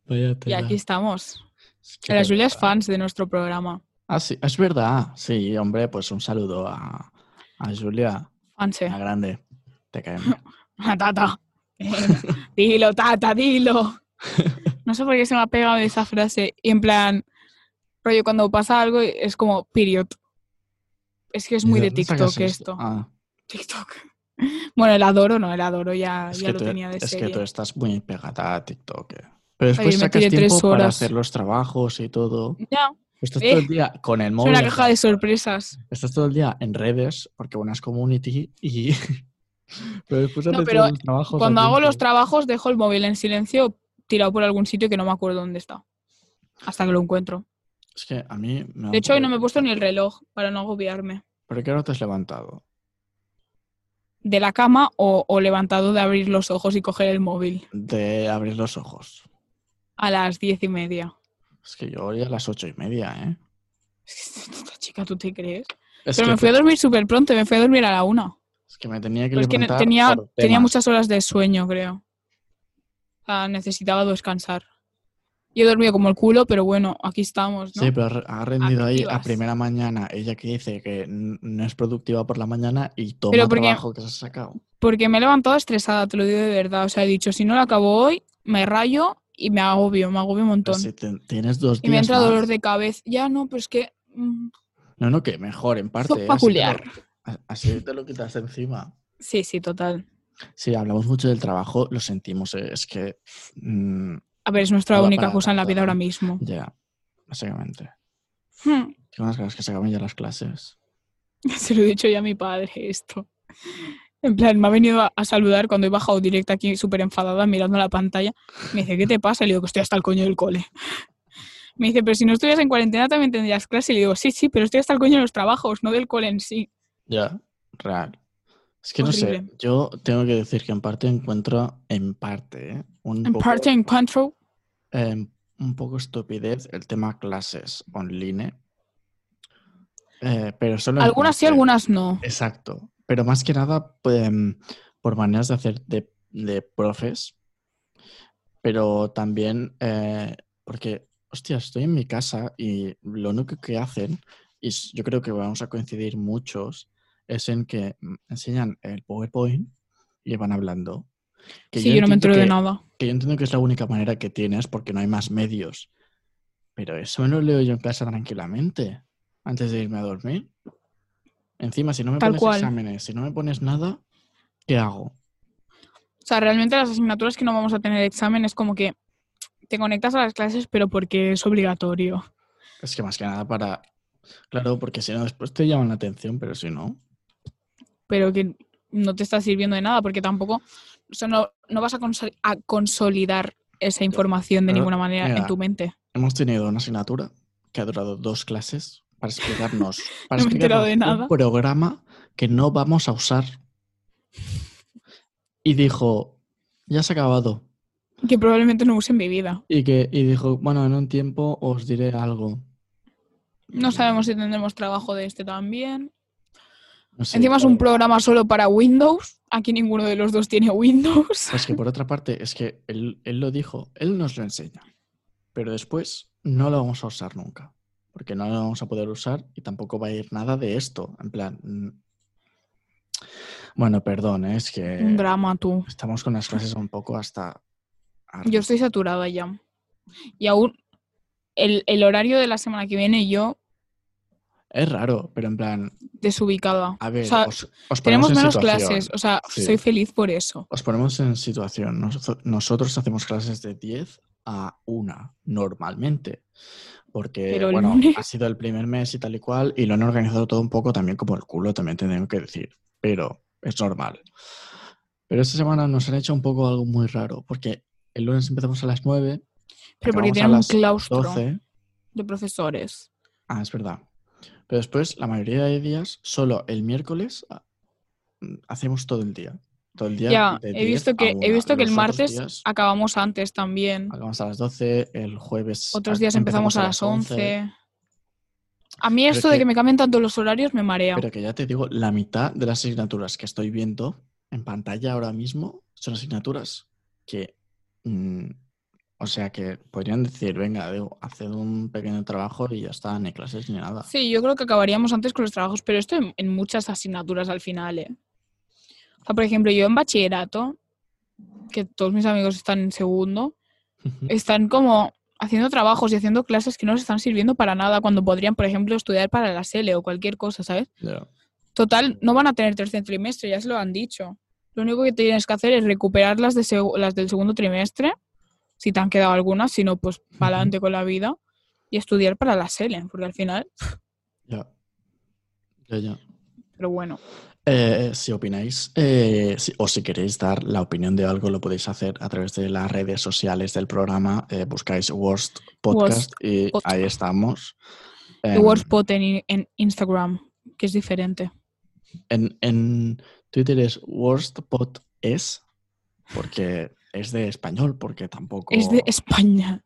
Speaker 1: Vaya
Speaker 2: Y
Speaker 1: tela.
Speaker 2: aquí estamos.
Speaker 1: Es que
Speaker 2: La
Speaker 1: de
Speaker 2: Julia es
Speaker 1: verdad.
Speaker 2: fans de nuestro programa.
Speaker 1: Ah, sí, es verdad. Sí, hombre, pues un saludo a, a Julia,
Speaker 2: Fanse.
Speaker 1: la grande. Te caemos.
Speaker 2: Tata. Venga, dilo, tata, dilo. No sé por qué se me ha pegado esa frase. Y en plan, rollo, cuando pasa algo es como, period. Es que es muy
Speaker 1: ¿Y
Speaker 2: de
Speaker 1: dónde
Speaker 2: TikTok
Speaker 1: sacas
Speaker 2: esto.
Speaker 1: Ah,
Speaker 2: TikTok. Bueno, el adoro no, el adoro ya,
Speaker 1: es
Speaker 2: Ah, ya
Speaker 1: que,
Speaker 2: lo
Speaker 1: tú,
Speaker 2: tenía de
Speaker 1: es que
Speaker 2: serie.
Speaker 1: tú estás muy pegada a TikTok. eh. Pero después
Speaker 2: me
Speaker 1: sacas
Speaker 2: tiré tres
Speaker 1: tiempo para
Speaker 2: horas.
Speaker 1: hacer los trabajos y todo.
Speaker 2: Ya,
Speaker 1: Estás
Speaker 2: Eh,
Speaker 1: todo el día con el
Speaker 2: soy
Speaker 1: móvil.
Speaker 2: una
Speaker 1: en
Speaker 2: caja de
Speaker 1: la mano.
Speaker 2: sorpresas.
Speaker 1: Estás todo el día en redes, porque una es community y. pero después
Speaker 2: No,
Speaker 1: haces
Speaker 2: pero
Speaker 1: todos los trabajos.
Speaker 2: Cuando
Speaker 1: a
Speaker 2: hago los
Speaker 1: tiempo.
Speaker 2: trabajos dejo el móvil en silencio tirado por algún sitio que no me acuerdo dónde está. Hasta que lo encuentro.
Speaker 1: Es que a mí. me da
Speaker 2: De hecho, hoy
Speaker 1: un
Speaker 2: no me he
Speaker 1: poco-
Speaker 2: puesto ni el reloj para no agobiarme.
Speaker 1: ¿Pero qué hora te has levantado?
Speaker 2: De la cama o, o levantado de abrir los ojos y coger el móvil.
Speaker 1: De abrir los ojos.
Speaker 2: A las diez y media.
Speaker 1: Es que yo hoy a las ocho y media, ¿eh?
Speaker 2: Es que, Esta chica, ¿tú te crees?
Speaker 1: Es,
Speaker 2: pero
Speaker 1: que,
Speaker 2: me fui a dormir súper pronto, me fui a dormir a la una.
Speaker 1: es que me tenía que
Speaker 2: Pero es que ne-
Speaker 1: levantar.
Speaker 2: tenía,
Speaker 1: por
Speaker 2: tenía
Speaker 1: temas.
Speaker 2: muchas horas de sueño, creo. O sea, necesitaba descansar. Yo he dormido como el culo, pero bueno, aquí estamos, ¿no?
Speaker 1: Sí, pero re- ha rendido ahí a
Speaker 2: Activas.
Speaker 1: primera mañana. Ella que dice que n- no es productiva por la mañana y toma
Speaker 2: Pero
Speaker 1: el
Speaker 2: porque-
Speaker 1: trabajo que se ha sacado.
Speaker 2: Porque me he levantado estresada, te lo digo de verdad. O sea, he dicho, si no lo acabo hoy, me rayo y me agobio, me agobio un
Speaker 1: Pero
Speaker 2: montón.
Speaker 1: si te- Pues tienes dos días.
Speaker 2: y me entra
Speaker 1: más.
Speaker 2: dolor de cabeza. Ya no, pero es que... mm,
Speaker 1: No, no, que mejor, en parte.
Speaker 2: Sopa
Speaker 1: ¿eh? Así te lo-
Speaker 2: culiar.
Speaker 1: a- así te lo quitas de encima.
Speaker 2: Sí, sí, total.
Speaker 1: Sí, hablamos mucho del trabajo, lo sentimos, eh, es que mm,
Speaker 2: A ver, es nuestra
Speaker 1: No da
Speaker 2: única
Speaker 1: para
Speaker 2: cosa en la
Speaker 1: tanto,
Speaker 2: vida ahora
Speaker 1: ¿no?
Speaker 2: mismo.
Speaker 1: ya, básicamente.
Speaker 2: Hmm,
Speaker 1: Tengo unas ganas que se acaben ya las clases.
Speaker 2: Se lo he dicho ya a mi padre esto. En plan, me ha venido a, a saludar cuando he bajado directa aquí súper enfadada mirando la pantalla. Me dice, ¿qué te pasa? Y le digo que estoy hasta el coño del cole. Me dice, pero si no estuvieras en cuarentena también tendrías clase. Y le digo, sí, sí, pero estoy hasta el coño de los trabajos, no del cole en sí.
Speaker 1: Ya, real. Es que no
Speaker 2: Horrible.
Speaker 1: sé, yo tengo que decir que en parte encuentro, en parte, ¿eh? un,
Speaker 2: En
Speaker 1: poco,
Speaker 2: parte encuentro.
Speaker 1: eh, un poco estupidez el tema clases online. Eh, pero solo en
Speaker 2: Algunas sí,
Speaker 1: parte.
Speaker 2: algunas no.
Speaker 1: Exacto. Pero más que nada pues, em, por maneras de hacer de, de profes, pero también eh, porque, hostia, estoy en mi casa y lo único que hacen, y s- yo creo que vamos a coincidir muchos, es en que mm, enseñan el PowerPoint y van hablando. Que
Speaker 2: Sí, yo no me
Speaker 1: entiendo
Speaker 2: entero de
Speaker 1: que-
Speaker 2: nada.
Speaker 1: Que yo entiendo que es la única manera que tienes porque no hay más medios. Pero eso me lo leo yo en casa tranquilamente antes de irme a dormir. Encima, si no me
Speaker 2: Tal
Speaker 1: pones
Speaker 2: cual.
Speaker 1: exámenes, si no me pones nada, ¿qué hago?
Speaker 2: O sea, realmente las asignaturas que no vamos a tener examen es como que te conectas a las clases, pero porque es obligatorio.
Speaker 1: Es que más que nada para. Claro, porque si no, después te llaman la atención, pero si no.
Speaker 2: pero que no te está sirviendo de nada porque tampoco o sea, no, no vas a, consol- a consolidar esa información de
Speaker 1: Claro,
Speaker 2: ninguna manera en
Speaker 1: mira,
Speaker 2: tu mente.
Speaker 1: Hemos tenido una asignatura que ha durado dos clases para explicarnos, para
Speaker 2: No me he enterado
Speaker 1: explicarnos
Speaker 2: de nada.
Speaker 1: un programa que no vamos a usar. y dijo, ya se ha acabado.
Speaker 2: Que probablemente no use en mi vida.
Speaker 1: Y, que, y dijo, bueno, en un tiempo os diré algo.
Speaker 2: No sabemos si tendremos trabajo de este también.
Speaker 1: No sé, eh,
Speaker 2: Encima es un
Speaker 1: claro.
Speaker 2: programa solo para Windows. Aquí ninguno de los dos tiene Windows.
Speaker 1: Es que por otra parte, es que él, él lo dijo, él nos lo enseña, pero después no lo vamos a usar nunca, porque no lo vamos a poder usar y tampoco va a ir nada de esto. En plan, mm. bueno, perdón, ¿eh? es
Speaker 2: Un
Speaker 1: que
Speaker 2: drama, tú.
Speaker 1: estamos con las clases un poco hasta...
Speaker 2: Yo estoy saturada ya. Y aún el, el horario de la semana que viene yo
Speaker 1: Es raro, pero en plan,
Speaker 2: desubicada.
Speaker 1: a ver,
Speaker 2: o sea,
Speaker 1: os, os ponemos
Speaker 2: tenemos
Speaker 1: en
Speaker 2: menos
Speaker 1: situación.
Speaker 2: clases. O sea,
Speaker 1: Sí.
Speaker 2: soy feliz por eso.
Speaker 1: Os ponemos en situación. Nos- nosotros hacemos clases de 10 a 1 normalmente. Porque,
Speaker 2: Pero el
Speaker 1: bueno,
Speaker 2: lunes-
Speaker 1: ha sido el primer mes y tal y cual, y lo han organizado todo un poco también como el culo, también te tengo que decir. Pero es normal. Pero esta semana nos han hecho un poco algo muy raro, porque el lunes empezamos a las 9,
Speaker 2: Pero porque
Speaker 1: acabamos
Speaker 2: tienen
Speaker 1: a
Speaker 2: un
Speaker 1: las
Speaker 2: claustro
Speaker 1: 12.
Speaker 2: de profesores.
Speaker 1: Ah, es verdad. Pero después, la mayoría de días, solo el miércoles ah, mm, hacemos todo el día. Todo el día.
Speaker 2: Ya,
Speaker 1: de
Speaker 2: he
Speaker 1: 10
Speaker 2: visto
Speaker 1: a
Speaker 2: que, he
Speaker 1: 1.
Speaker 2: visto que el
Speaker 1: Los otros
Speaker 2: martes
Speaker 1: días
Speaker 2: acabamos antes también.
Speaker 1: acabamos a las 12, el jueves.
Speaker 2: Otros
Speaker 1: ac-
Speaker 2: días empezamos a las 11. A mí
Speaker 1: Pero
Speaker 2: esto de
Speaker 1: que-
Speaker 2: que me cambien tanto los horarios me marea.
Speaker 1: Pero que ya te digo, la mitad de las asignaturas que estoy viendo en pantalla ahora mismo son asignaturas que. mm, o sea, que podrían decir, venga, digo, haced un pequeño trabajo y ya está, ni clases ni nada.
Speaker 2: Sí, yo creo que acabaríamos antes con los trabajos, pero esto en, en muchas asignaturas al final, ¿eh? O sea, por ejemplo, yo en bachillerato, que todos mis amigos están en segundo, están como haciendo trabajos y haciendo clases que no les están sirviendo para nada cuando podrían, por ejemplo, estudiar para la SELE o cualquier cosa, ¿sabes?
Speaker 1: Ya.
Speaker 2: Total, no van a tener tercer trimestre, ya se lo han dicho. Lo único que tienes que hacer es recuperar las, de seg- las del segundo trimestre, si te han quedado algunas, si no, pues para adelante con la vida, y estudiar para la SELE, porque al final,
Speaker 1: Ya. Ya, ya.
Speaker 2: pero bueno.
Speaker 1: Eh, si opináis eh, si- o si queréis dar la opinión de algo, lo podéis hacer a través de las redes sociales del programa. Eh, buscáis Worst Podcast y
Speaker 2: Podcast.
Speaker 1: ahí estamos.
Speaker 2: The
Speaker 1: En,
Speaker 2: Wordspot en, i- en Instagram, que es diferente.
Speaker 1: en- en Twitter es Worst Pod es, porque es de español, porque tampoco.
Speaker 2: Es de España.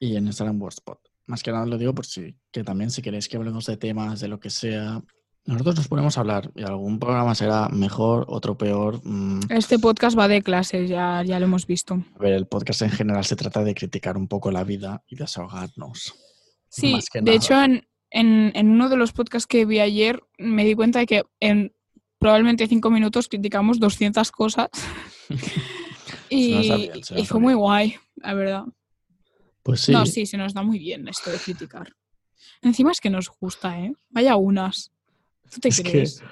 Speaker 1: Y en Instagram Worst Pod. Más que nada lo digo por si, que también si queréis que hablemos de temas, de lo que sea. Nosotros nos ponemos a hablar y algún programa será mejor, otro peor. mm,
Speaker 2: Este podcast va de clases, ya, ya lo hemos visto.
Speaker 1: A ver, el podcast en general se trata de criticar un poco la vida y desahogarnos.
Speaker 2: Sí,
Speaker 1: Más que
Speaker 2: de
Speaker 1: nada.
Speaker 2: hecho, en, en- en uno de los podcasts que vi ayer me di cuenta de que en probablemente cinco minutos criticamos 200 cosas. y,
Speaker 1: nos da bien, se
Speaker 2: y
Speaker 1: nos da
Speaker 2: fue muy guay, la verdad.
Speaker 1: Pues sí,
Speaker 2: No, sí, se nos da muy bien esto de criticar. Encima es que nos gusta, ¿eh? Vaya unas. ¿Tú te
Speaker 1: Es que-
Speaker 2: crees?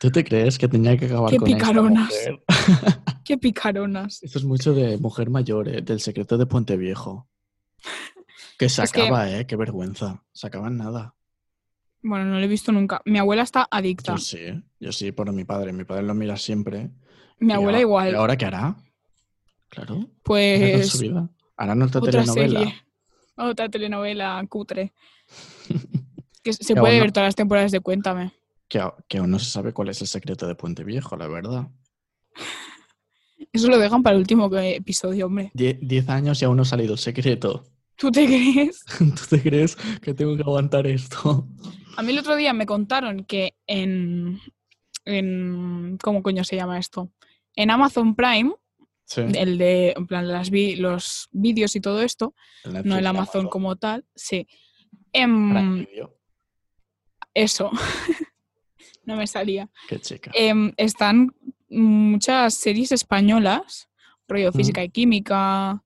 Speaker 1: ¿tú te crees que tenía que acabar
Speaker 2: Qué
Speaker 1: con esta
Speaker 2: picaronas.
Speaker 1: mujer?
Speaker 2: Qué picaronas.
Speaker 1: Esto es mucho de mujer mayor, ¿eh? del secreto de Puente Viejo. Que se
Speaker 2: Es que-
Speaker 1: acaba, ¿eh? Qué vergüenza. Se acaba en nada.
Speaker 2: Bueno, no lo he visto nunca. Mi abuela está adicta.
Speaker 1: Yo sí, yo sí, por mi padre. Mi padre lo mira siempre.
Speaker 2: Mi
Speaker 1: Y
Speaker 2: abuela
Speaker 1: ahora-
Speaker 2: igual.
Speaker 1: ¿Y ahora qué hará? Claro. hará con su
Speaker 2: pues
Speaker 1: vida. Hará nuestra
Speaker 2: otra
Speaker 1: telenovela.
Speaker 2: serie. Otra telenovela cutre. que se
Speaker 1: Que
Speaker 2: puede
Speaker 1: aún no-
Speaker 2: ver todas las temporadas de Cuéntame.
Speaker 1: Que, a- que aún no se sabe cuál es el secreto de Puente Viejo, la verdad.
Speaker 2: Eso lo dejan para el último que- episodio, hombre.
Speaker 1: Die- diez años y aún no ha salido el secreto.
Speaker 2: ¿Tú te crees?
Speaker 1: ¿Tú te crees que tengo que aguantar esto?
Speaker 2: A mí el otro día me contaron que en, en ¿cómo coño se llama esto? En Amazon Prime,
Speaker 1: Sí.
Speaker 2: el de en plan las vi, los vídeos y todo esto, no el Amazon, como tal, sí. Em, eso. no me salía.
Speaker 1: Qué chica.
Speaker 2: em, están muchas series españolas, rollo
Speaker 1: Ujú.
Speaker 2: física y química,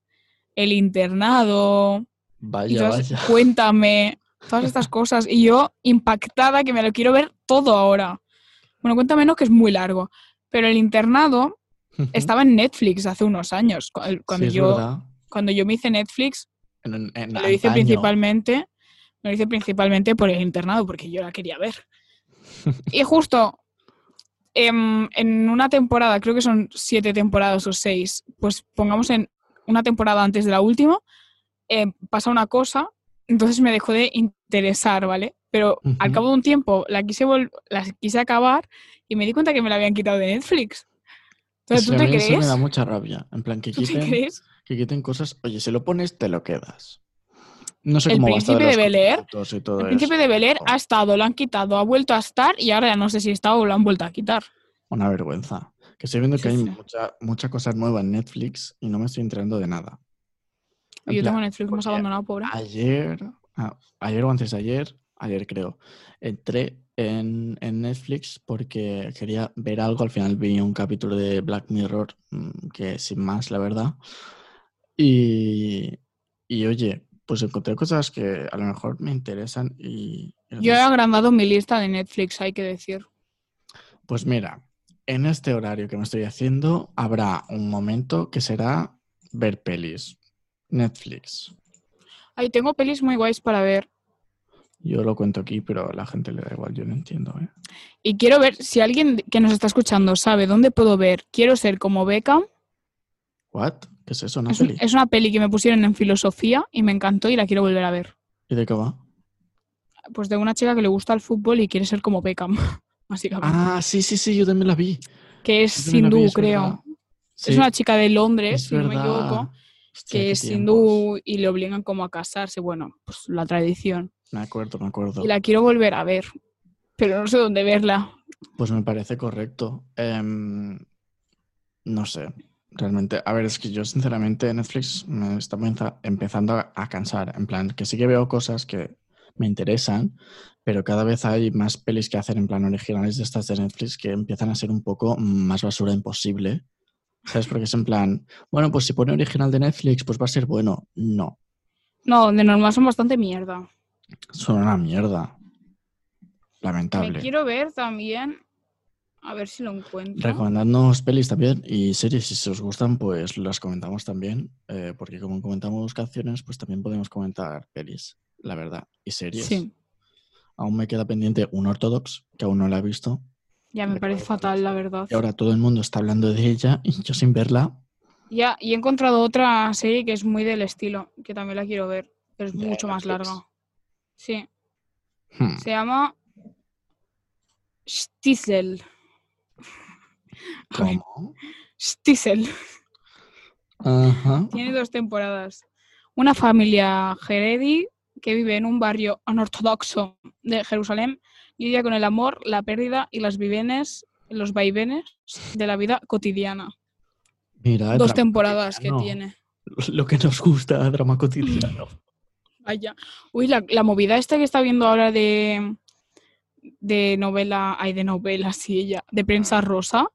Speaker 2: El internado, y
Speaker 1: Vaya,
Speaker 2: todas-
Speaker 1: vaya.
Speaker 2: cuéntame, todas estas cosas. Y yo impactada que me lo quiero ver todo ahora. Bueno, cuéntame no, que es muy largo. Pero el internado estaba en Netflix hace unos años. cu- el- Cuando,
Speaker 1: Sí, es
Speaker 2: yo,
Speaker 1: verdad.
Speaker 2: cuando yo me hice Netflix,
Speaker 1: En- en- en
Speaker 2: lo hice
Speaker 1: antaño.
Speaker 2: principalmente, lo hice principalmente por el internado, porque yo la quería ver. y justo em, en una temporada, creo que son siete temporadas o seis, pues pongamos en una temporada antes de la última, em, pasa una cosa, entonces me dejó de interesar, ¿vale? Pero al
Speaker 1: Ujú.
Speaker 2: cabo de un tiempo la quise, vol- la quise acabar y me di cuenta que me la habían quitado de Netflix. Pero
Speaker 1: Eso
Speaker 2: tú
Speaker 1: a
Speaker 2: te
Speaker 1: mí Eso me
Speaker 2: crees.
Speaker 1: da mucha rabia. En plan, que
Speaker 2: ¿Tú te
Speaker 1: quiten,
Speaker 2: crees?
Speaker 1: que quiten cosas. Oye, si lo pones, te lo quedas. No sé
Speaker 2: El
Speaker 1: cómo va a estar
Speaker 2: príncipe
Speaker 1: los
Speaker 2: de Bel-Air,
Speaker 1: contratos y todo
Speaker 2: El príncipe
Speaker 1: eso.
Speaker 2: de Bel Air ha estado, lo han quitado, ha vuelto a estar y ahora ya no sé si está o lo han vuelto a quitar.
Speaker 1: Una vergüenza. Que estoy viendo que
Speaker 2: Sí,
Speaker 1: hay
Speaker 2: sí.
Speaker 1: mucha, mucha cosa nueva en Netflix y no me estoy enterando de nada. En
Speaker 2: Yo
Speaker 1: plan,
Speaker 2: tengo Netflix, hemos
Speaker 1: porque-
Speaker 2: abandonado, pobre.
Speaker 1: Ayer, ah, ayer o antes de ayer, ayer creo, entré en, en Netflix porque quería ver algo. Al final vi un capítulo de Black Mirror, mm, que sin más, la verdad. Y, y, oye, pues encontré cosas que a lo mejor me interesan y... y
Speaker 2: Yo he
Speaker 1: entonces-
Speaker 2: agrandado mi lista de Netflix, hay que decir.
Speaker 1: Pues mira, en este horario que me estoy haciendo habrá un momento que será ver pelis. Netflix.
Speaker 2: Ahí tengo pelis muy guays para ver.
Speaker 1: Yo lo cuento aquí, pero a la gente le da igual, yo no entiendo. ¿eh?
Speaker 2: Y quiero ver si alguien que nos está escuchando sabe dónde puedo ver. Quiero ser como Beckham.
Speaker 1: ¿What? ¿Qué es eso? ¿Una
Speaker 2: Es, un-
Speaker 1: peli?
Speaker 2: es una peli que me pusieron en filosofía y me encantó y la quiero volver a ver.
Speaker 1: ¿Y de qué va?
Speaker 2: Pues de una chica que le gusta el fútbol y quiere ser como Beckham, básicamente.
Speaker 1: Ah, sí, sí, sí, yo también la vi.
Speaker 2: que es
Speaker 1: Yo también la vi,
Speaker 2: hindú,
Speaker 1: es
Speaker 2: creo.
Speaker 1: verdad. Sí,
Speaker 2: Es una chica de Londres,
Speaker 1: es
Speaker 2: si no me
Speaker 1: verdad.
Speaker 2: equivoco,
Speaker 1: Hostia,
Speaker 2: que
Speaker 1: qué
Speaker 2: es
Speaker 1: tiempos.
Speaker 2: hindú y le obligan como a casarse. Bueno, pues la tradición.
Speaker 1: Me acuerdo, me acuerdo.
Speaker 2: Y la quiero volver a ver, pero no sé dónde verla.
Speaker 1: Pues me parece correcto. Em, no sé, realmente. A ver, es que yo sinceramente Netflix me está empeza- empezando a, a cansar. En plan, que sí que veo cosas que me interesan, pero cada vez hay más pelis que hacer en plan originales de estas de Netflix que empiezan a ser un poco más basura imposible. ¿Sabes? Porque es en plan, bueno, pues si pone original de Netflix, pues va a ser bueno. No,
Speaker 2: No, de normal son bastante mierda.
Speaker 1: son una mierda.
Speaker 2: Me
Speaker 1: Lamentable.
Speaker 2: quiero ver también, a ver si lo encuentro.
Speaker 1: Recomendadnos pelis también y series, si os gustan, pues las comentamos también, eh, porque como comentamos canciones, pues también podemos comentar pelis, la verdad, y series.
Speaker 2: Sí,
Speaker 1: Aún me queda pendiente un Ortodox, que aún no la he visto,
Speaker 2: ya me parece
Speaker 1: Recomendadnos.
Speaker 2: fatal, la verdad.
Speaker 1: y ahora todo el mundo está hablando de ella y yo sin verla.
Speaker 2: Ya, y he encontrado otra serie que es muy del estilo, que también la quiero ver, pero es
Speaker 1: De
Speaker 2: mucho más
Speaker 1: Netflix.
Speaker 2: larga. Sí,
Speaker 1: hmm,
Speaker 2: se llama Stiesel. Joder,
Speaker 1: ¿Cómo?
Speaker 2: Stiesel.
Speaker 1: Ajá.
Speaker 2: Tiene dos temporadas. Una familia Heredi que vive en un barrio anortodoxo de Jerusalén lidia con el amor, la pérdida y las vivenes, los vaivenes de la vida cotidiana.
Speaker 1: Mira,
Speaker 2: dos
Speaker 1: drama
Speaker 2: temporadas que
Speaker 1: cotidiano,
Speaker 2: tiene.
Speaker 1: Lo que nos gusta, drama cotidiano.
Speaker 2: Vaya. Uy, la, la movida esta que está viendo ahora de, de novela, ay, de novela, sí, ella, de
Speaker 1: Ah.
Speaker 2: prensa rosa,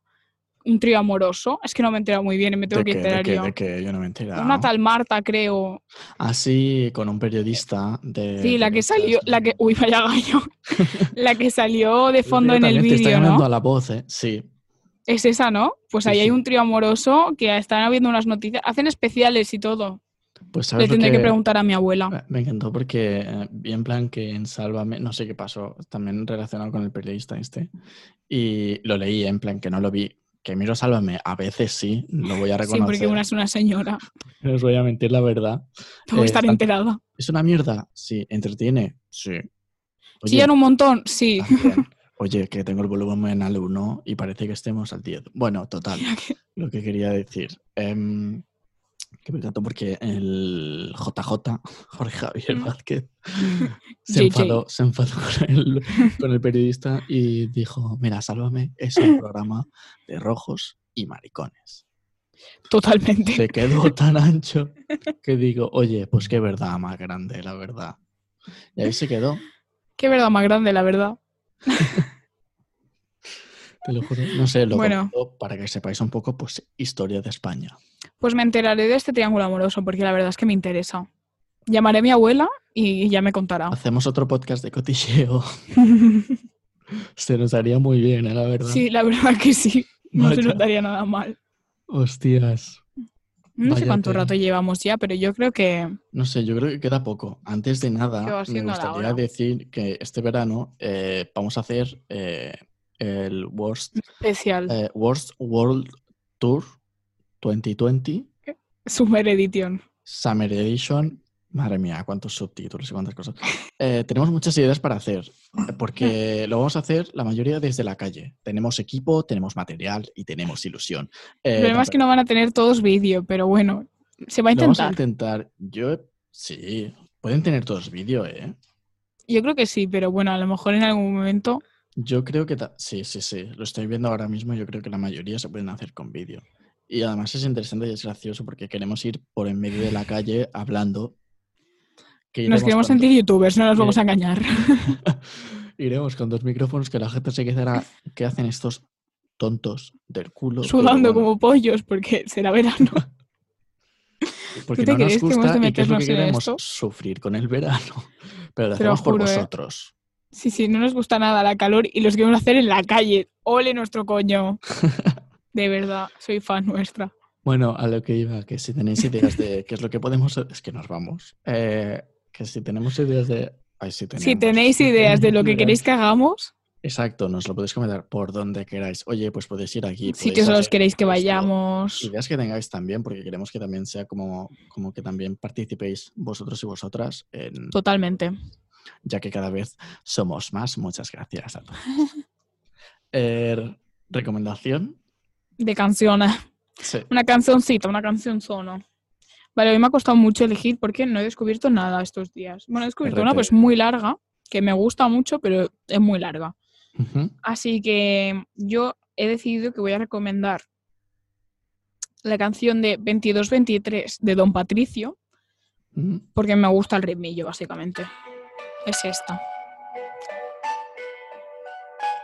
Speaker 2: un trío amoroso. Es que no me he enterado muy bien y me tengo
Speaker 1: ¿De
Speaker 2: que
Speaker 1: qué? ¿De
Speaker 2: enterar
Speaker 1: qué?
Speaker 2: yo.
Speaker 1: ¿De qué? Yo no me he enterado.
Speaker 2: Una tal Marta, creo.
Speaker 1: Así, con un periodista de...
Speaker 2: Sí, la que
Speaker 1: derechas,
Speaker 2: salió, la que, uy, vaya gallo, la que salió de fondo en el
Speaker 1: También Te está
Speaker 2: vídeo,
Speaker 1: llamando a
Speaker 2: ¿no?
Speaker 1: la voz, ¿eh? Sí.
Speaker 2: Es esa, ¿no? Pues
Speaker 1: Sí,
Speaker 2: ahí hay
Speaker 1: sí.
Speaker 2: un trío amoroso que están habiendo unas noticias, hacen especiales y todo.
Speaker 1: Pues
Speaker 2: Le
Speaker 1: sabes lo
Speaker 2: tendré que
Speaker 1: que-
Speaker 2: preguntar a mi abuela.
Speaker 1: me- Me encantó porque, eh, vi en plan que en Sálvame, no sé qué pasó, también relacionado con el periodista este, y lo leí en plan que no lo vi, que miro Sálvame, a veces sí, lo voy a
Speaker 2: Sí,
Speaker 1: reconocer,
Speaker 2: porque una es una señora.
Speaker 1: no os voy a mentir la verdad.
Speaker 2: Tengo
Speaker 1: Eh,
Speaker 2: que estar
Speaker 1: está-
Speaker 2: enterada.
Speaker 1: ¿Es una mierda? Sí. ¿Entretiene? Sí. Oye,
Speaker 2: ¿Chillan un montón? Sí.
Speaker 1: también. Oye, que tengo el volumen al 1 y parece que estemos al 10. Bueno, total. Lo que quería decir. em, que me encantó porque el JJ, Jorge Javier
Speaker 2: Mm.
Speaker 1: Vázquez, se enfadó, se enfadó con, el, con el periodista y dijo, mira, sálvame, es un programa de rojos y maricones.
Speaker 2: Totalmente.
Speaker 1: Se quedó tan ancho que digo, oye, pues qué verdad más grande, la verdad. Y ahí se quedó,
Speaker 2: Qué verdad más grande, la verdad.
Speaker 1: te lo juro. No sé, lo
Speaker 2: Bueno.
Speaker 1: comento para que sepáis un poco, pues, historia de España.
Speaker 2: Pues me enteraré de este triángulo amoroso porque la verdad es que me interesa. Llamaré a mi abuela y ya me contará.
Speaker 1: Hacemos otro podcast de cotilleo. Se nos haría muy bien, eh, la verdad.
Speaker 2: sí, la verdad que sí. No se
Speaker 1: Vaya.
Speaker 2: notaría nada mal.
Speaker 1: Hostias.
Speaker 2: No sé
Speaker 1: Vaya
Speaker 2: cuánto
Speaker 1: tela.
Speaker 2: rato llevamos ya, pero yo creo que
Speaker 1: No sé, yo creo que queda poco. Antes de
Speaker 2: Que va
Speaker 1: nada, me
Speaker 2: siendo la
Speaker 1: gustaría
Speaker 2: hora.
Speaker 1: decir que este verano eh, vamos a hacer eh, el worst,
Speaker 2: especial.
Speaker 1: eh, worst World Tour 2020
Speaker 2: Summer Edition.
Speaker 1: Summer Edition Madre mía, cuántos subtítulos y cuántas cosas. Eh, tenemos muchas ideas para hacer, porque lo vamos a hacer la mayoría desde la calle. Tenemos equipo, tenemos material y tenemos ilusión. Eh,
Speaker 2: El problema es que no van a tener todos vídeo, pero bueno, se va a
Speaker 1: Lo vamos a
Speaker 2: intentar.
Speaker 1: intentar. Yo, sí, pueden tener todos vídeo, ¿eh?
Speaker 2: Yo creo que sí, pero bueno, a lo mejor en algún momento.
Speaker 1: Yo creo que ta- sí, sí, sí. Lo estoy viendo ahora mismo. Yo creo que la mayoría se pueden hacer con vídeo. Y además es interesante y es gracioso porque queremos ir por en medio de la calle hablando. que
Speaker 2: Nos
Speaker 1: iremos
Speaker 2: queremos
Speaker 1: con-
Speaker 2: sentir youtubers, no nos
Speaker 1: Sí.
Speaker 2: vamos a engañar.
Speaker 1: Iremos con dos micrófonos que la gente se quedará. ¿Qué hacen estos tontos del culo? Pero bueno,
Speaker 2: Sudando como pollos, porque será verano.
Speaker 1: Porque
Speaker 2: te
Speaker 1: no nos
Speaker 2: crees que hemos de
Speaker 1: gusta y que es lo que
Speaker 2: meternos en
Speaker 1: queremos
Speaker 2: esto?
Speaker 1: sufrir con el verano. Pero lo
Speaker 2: Te lo
Speaker 1: hacemos por
Speaker 2: juro, ¿eh?
Speaker 1: vosotros.
Speaker 2: Sí, sí, no nos gusta nada la calor y los queremos hacer en la calle. ¡Ole nuestro coño! De verdad, soy fan nuestra.
Speaker 1: Bueno, a lo que iba, que si tenéis ideas de qué es lo que podemos, es que nos vamos. Eh, que si tenemos ideas de... Ay, si tenemos.
Speaker 2: Si tenéis ideas de lo que queréis que hagamos,
Speaker 1: Exacto, nos lo podéis comentar por donde queráis. Oye, pues podéis ir aquí. podéis
Speaker 2: sitios a los
Speaker 1: hacer
Speaker 2: queréis que
Speaker 1: esto.
Speaker 2: vayamos.
Speaker 1: Ideas que tengáis también, porque queremos que también sea como, como que también participéis vosotros y vosotras, en-
Speaker 2: Pues Totalmente.
Speaker 1: ya que cada vez somos más. Muchas gracias a todos. Eh, ¿Recomendación?
Speaker 2: De canciones.
Speaker 1: Sí.
Speaker 2: Una cancioncita, una canción sono. Vale, hoy me ha costado mucho elegir porque no he descubierto nada estos días. Bueno, he descubierto una
Speaker 1: RT.
Speaker 2: pues muy larga, que me gusta mucho, pero es muy larga.
Speaker 1: Ujú.
Speaker 2: Así que yo he decidido que voy a recomendar la canción de 22-23 de Don Patricio,
Speaker 1: Mm.
Speaker 2: porque me gusta el ritmillo, básicamente. Es esta.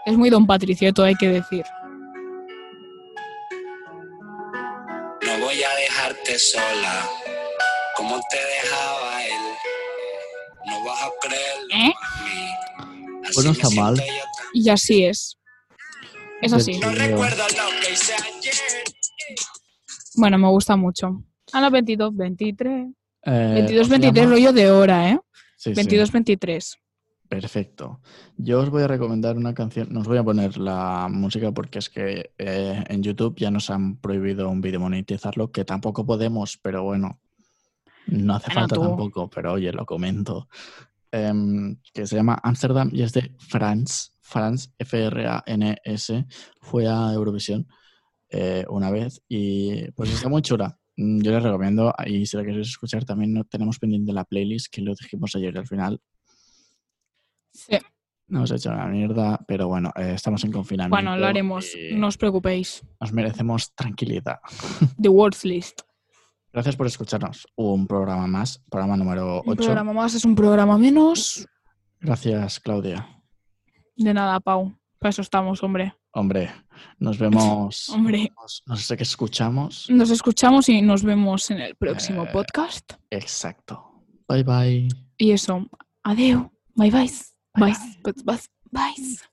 Speaker 2: Es muy Don Patricio, todo hay que decir.
Speaker 3: No voy a dejarte sola, como te dejaba él. No vas a creerlo,
Speaker 2: ¿Eh?
Speaker 3: mami. Así
Speaker 1: Bueno,
Speaker 3: me
Speaker 1: está mal.
Speaker 3: siento yo también.
Speaker 2: Y así es. Es
Speaker 1: Del
Speaker 2: así.
Speaker 3: No
Speaker 1: Sí,
Speaker 3: recuerdo lo que hice ayer.
Speaker 2: Bueno, me gusta mucho. A las 22-23.
Speaker 1: Eh, os
Speaker 2: 22-23,
Speaker 1: llama-
Speaker 2: rollo de hora, ¿eh?
Speaker 1: Sí, sí.
Speaker 2: 22-23.
Speaker 1: Perfecto. Yo os voy a recomendar una canción. No os voy a poner la música porque es que eh, en YouTube ya nos han prohibido un vídeo monetizarlo, que tampoco podemos, pero bueno, no hace
Speaker 2: Bueno,
Speaker 1: falta
Speaker 2: tú.
Speaker 1: tampoco, pero oye, lo comento. Em, que se llama Amsterdam y es de France. France, F-R-A-N-S, fue a Eurovisión eh, una vez y pues está muy chula. Mm, Yo les recomiendo, y si la queréis escuchar, también no- tenemos pendiente la playlist que lo dijimos ayer al final.
Speaker 2: Sí.
Speaker 1: No hemos hecho una mierda, pero bueno, eh, estamos en confinamiento.
Speaker 2: Bueno, lo haremos.
Speaker 1: y
Speaker 2: No os preocupéis.
Speaker 1: Nos merecemos tranquilidad.
Speaker 2: The Words List.
Speaker 1: Gracias por escucharnos. Un programa más, programa número 8.
Speaker 2: Un programa más es un programa menos.
Speaker 1: Gracias, Claudia.
Speaker 2: De nada, Pau. Para eso estamos, hombre.
Speaker 1: Hombre, nos vemos.
Speaker 2: Hombre,
Speaker 1: nos- Nos sé qué escuchamos.
Speaker 2: nos escuchamos y nos vemos en el próximo
Speaker 1: Eh.
Speaker 2: podcast.
Speaker 1: Exacto. Bye bye.
Speaker 2: Y eso, adeu. Bye bye. Bye. Bye. Bye.